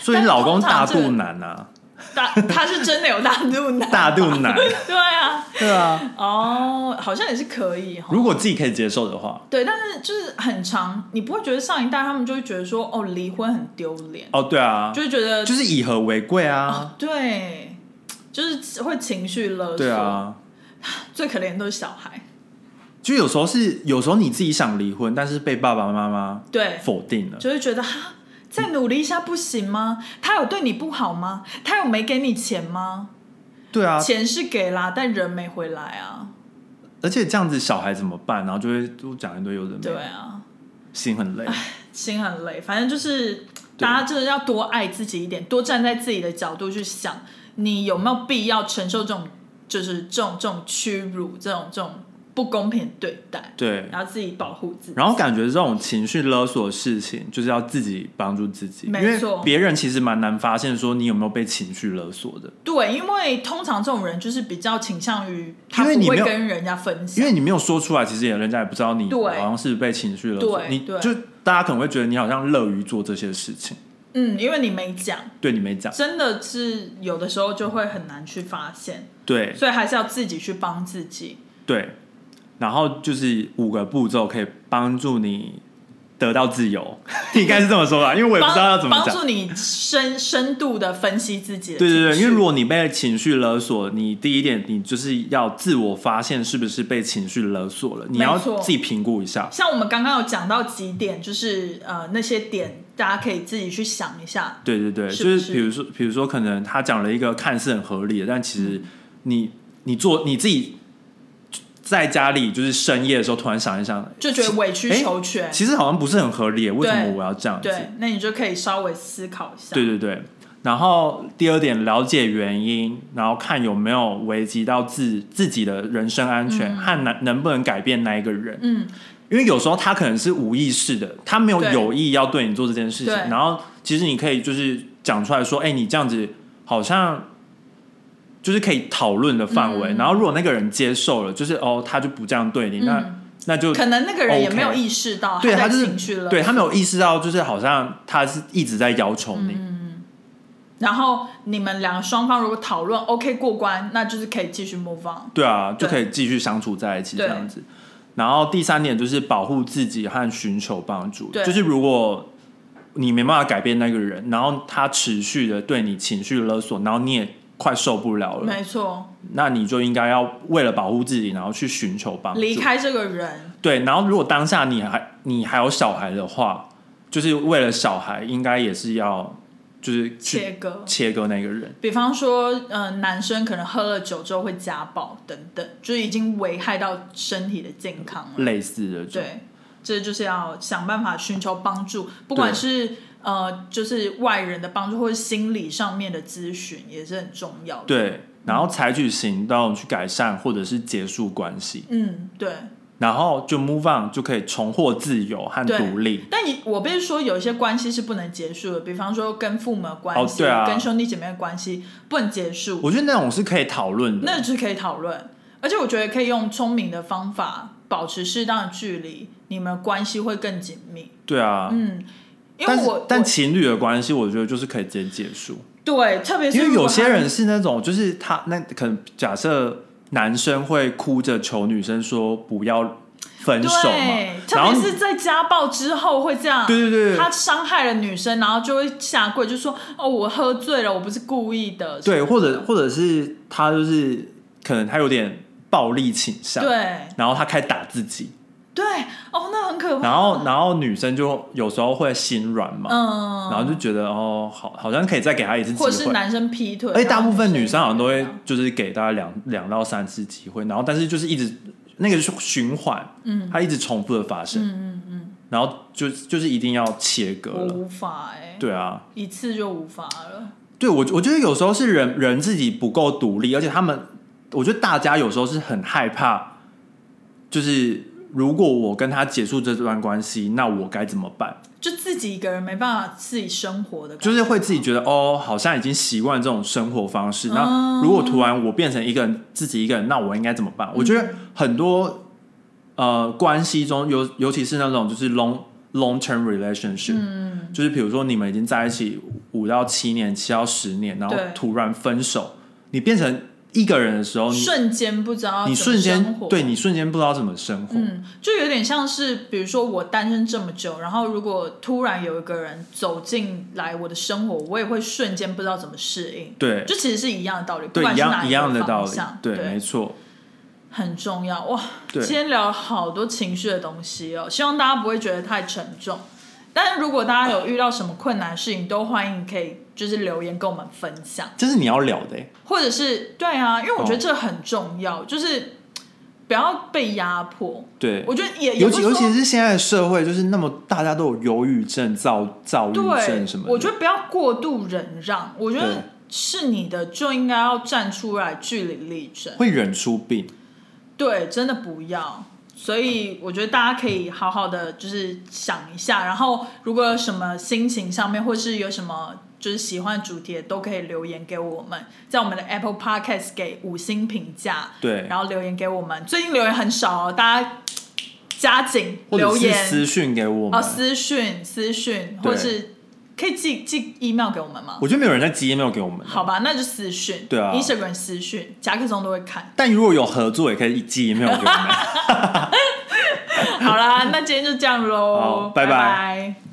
所以但你老公通常大这个肚腩啊，大他是真的有大肚腩， <laughs> 大肚腩， <laughs> 对啊，对啊，哦，好像也是可以哈。如果自己可以接受的话，对，但是就是很长，你不会觉得上一代他们就会觉得说，哦，离婚很丢脸，哦，对啊，就会觉得就是以和为贵啊，啊，对，就是会情绪勒索。对，啊。最可怜的都是小孩。就有时候是，有时候你自己想离婚，但是被爸爸妈妈对，否定了。就会觉得哈，再努力一下不行吗？他有对你不好吗？他有没给你钱吗？对啊，钱是给啦，但人没回来啊。而且这样子小孩怎么办？然后就会就讲一堆有的没对的，啊，心很累。心很累，反正就是大家真的要多爱自己一点，多站在自己的角度去想，你有没有必要承受这种就是这种这种屈辱，这种这种不公平对待，对，然后自己保护自己。然后感觉这种情绪勒索的事情，就是要自己帮助自己，因没为错别人其实蛮难发现说你有没有被情绪勒索的，对，因为通常这种人就是比较倾向于他因为不你会没有跟人家分享，因为你没有说出来，其实也人家也不知道你对好像是被情绪勒索，对你对就大家可能会觉得你好像乐于做这些事情，嗯，因为你没讲，对你没讲，真的是有的时候就会很难去发现，对所以还是要自己去帮自己。对，然后就是五个步骤可以帮助你得到自 <laughs> 由，应该是这么说吧，因为我也不知道要怎么帮帮讲。助你深 <laughs> 深度的分析自己的对情绪。对对，因为如果你被情绪勒索，你第一点你就是要自我发现是不是被情绪勒索了，你要没错自己评估一下。像我们刚刚有讲到几点，就是呃那些点，大家可以自己去想一下。对对对，是不就是是比如说，比如说，可能他讲了一个看似很合理的，但其嗯实你你做你自己在家里就是深夜的时候，突然想一想，就觉得委曲诶求全，其实好像不是很合理，为什么我要这样子？对，那你就可以稍微思考一下。对对对。然后第二点，了解原因，然后看有没有危及到自自己的人身安全、和能能不能改变那一个人。嗯，因为有时候他可能是无意识的，他没有对有意要对你做这件事情。对然后其实你可以就是讲出来说，哎、你这样子好像就是可以讨论的范嗯围。然后如果那个人接受了，就是哦，他就不这样对你，那那就可能那个人也 OK 没有意识到对在就是情绪了，对他没有意识到，就是好像他是一直在要求嗯你。然后你们两个双方如果讨论 OK 过关，那就是可以继续 move on。对啊，对就可以继续相处在一起这对样子。然后第三点就是保护自己和寻求帮助，对就是如果你没办法改变那个人，然后他持续的对你情绪勒索，然后你也快受不了了，没错，那你就应该要为了保护自己，然后去寻求帮助。离开这个人，对，然后如果当下你还你还有小孩的话，就是为了小孩，应该也是要就是去切割。切割那个人。比方说，呃，男生可能喝了酒之后会家暴等等，就是已经危害到身体的健康了。类似的这种，对，这就是要想办法寻求帮助，不管对是呃，就是外人的帮助，或是心理上面的咨询，也是很重要的。，对，然后采取行动去改善，或者是结束关系。嗯，对。然后就 move on 就可以重获自由和对独立。但你我必须说，有一些关系是不能结束的，比方说跟父母的关哦系、对啊跟兄弟姐妹的关系不能结束，我觉得那种是可以讨论的，那是可以讨论。而且我觉得可以用聪明的方法，保持适当的距离，你们关系会更紧密。对啊。嗯，因为但是我但我情侣的关系，我觉得就是可以直接结束，对，特别是因为如果有些他人是那种，就是他那可能假设男生会哭着求女生说不要分手嘛对，，然特后别你是在家暴之后会这样。对对对他伤害了女生，然后就会下跪，就说：“哦，我喝醉了，我不是故意的。”对，或什者么或者是他就是可能他有点暴力倾向，的然后他开始打自己，对对哦，那很可怕。然后然后女生就有时候会心软嘛，嗯，然后就觉得哦，好，好像可以再给他一次机或者是会。男生劈腿，而且大部分女生好像都然会后女生就是给大概两两到三次机会，然后但是就是一直那个循环，嗯，它一直重复的发生，嗯嗯嗯，然后就就是一定要切割我了，无法哎、对啊，一次就无法了。对我我觉得有时候是人人自己不够独立，而且他们，我觉得大家有时候是很害怕，就是如果我跟他结束这段关系，那我该怎么办？就自己一个人没办法自己生活的感觉，就是会自己觉得哦，好像已经习惯这种生活方式。哦那如果突然我变成一个人自己一个人，那我应该怎么嗯办？我觉得很多呃关系中，尤尤其是那种就是 long long term relationship，、嗯，就是比如说你们已经在一起五到七年、七到十年，然后对突然分手，你变成一个人的时候，你瞬间不知道你啊怎么瞬间生活对你瞬间不知道怎么生活。嗯，就有点像是，比如说我单身这么久，然后如果突然有一个人走进来我的生活，我也会瞬间不知道怎么适应。对就其实是一样的道理，不对，管一是哪样个一样的道方理向，对，对，没错，很重要哇。对今天聊了好多情绪的东西哦，希望大家不会觉得太沉重。但是如果大家有遇到什么困难的事情，都欢迎可以就是留言跟我们分享，这是你要聊的、欸或者是对啊，因为我哦觉得这很重要，就是不要被压迫。对。我觉得也也尤不其是尤说其是现在的社会，就是那么大家都有忧郁症、躁躁郁症什么的。我觉得不要过度忍让，我觉对得是你的就应该要站出来据理力争。会忍出病，对，真的不要。所以我觉得大家可以好好的就是想一下，然后如果有什么心情上面，或是有什么就是喜欢的主题，都可以留言给我们，在我们的 Apple Podcast 给五星评价，对然后留言给我们。最近留言很少哦，大家加紧或者留是言私讯给我们。哦，私讯私讯，对或是可以寄寄 email 给我们吗？我觉得没有人在寄 email 给我们。好吧，那就私讯，对啊 i n s t a g r a m 私讯，夹克松都会看。但如果有合作，也可以寄 email 给我们。好啦，那今天就这样喽好，拜拜拜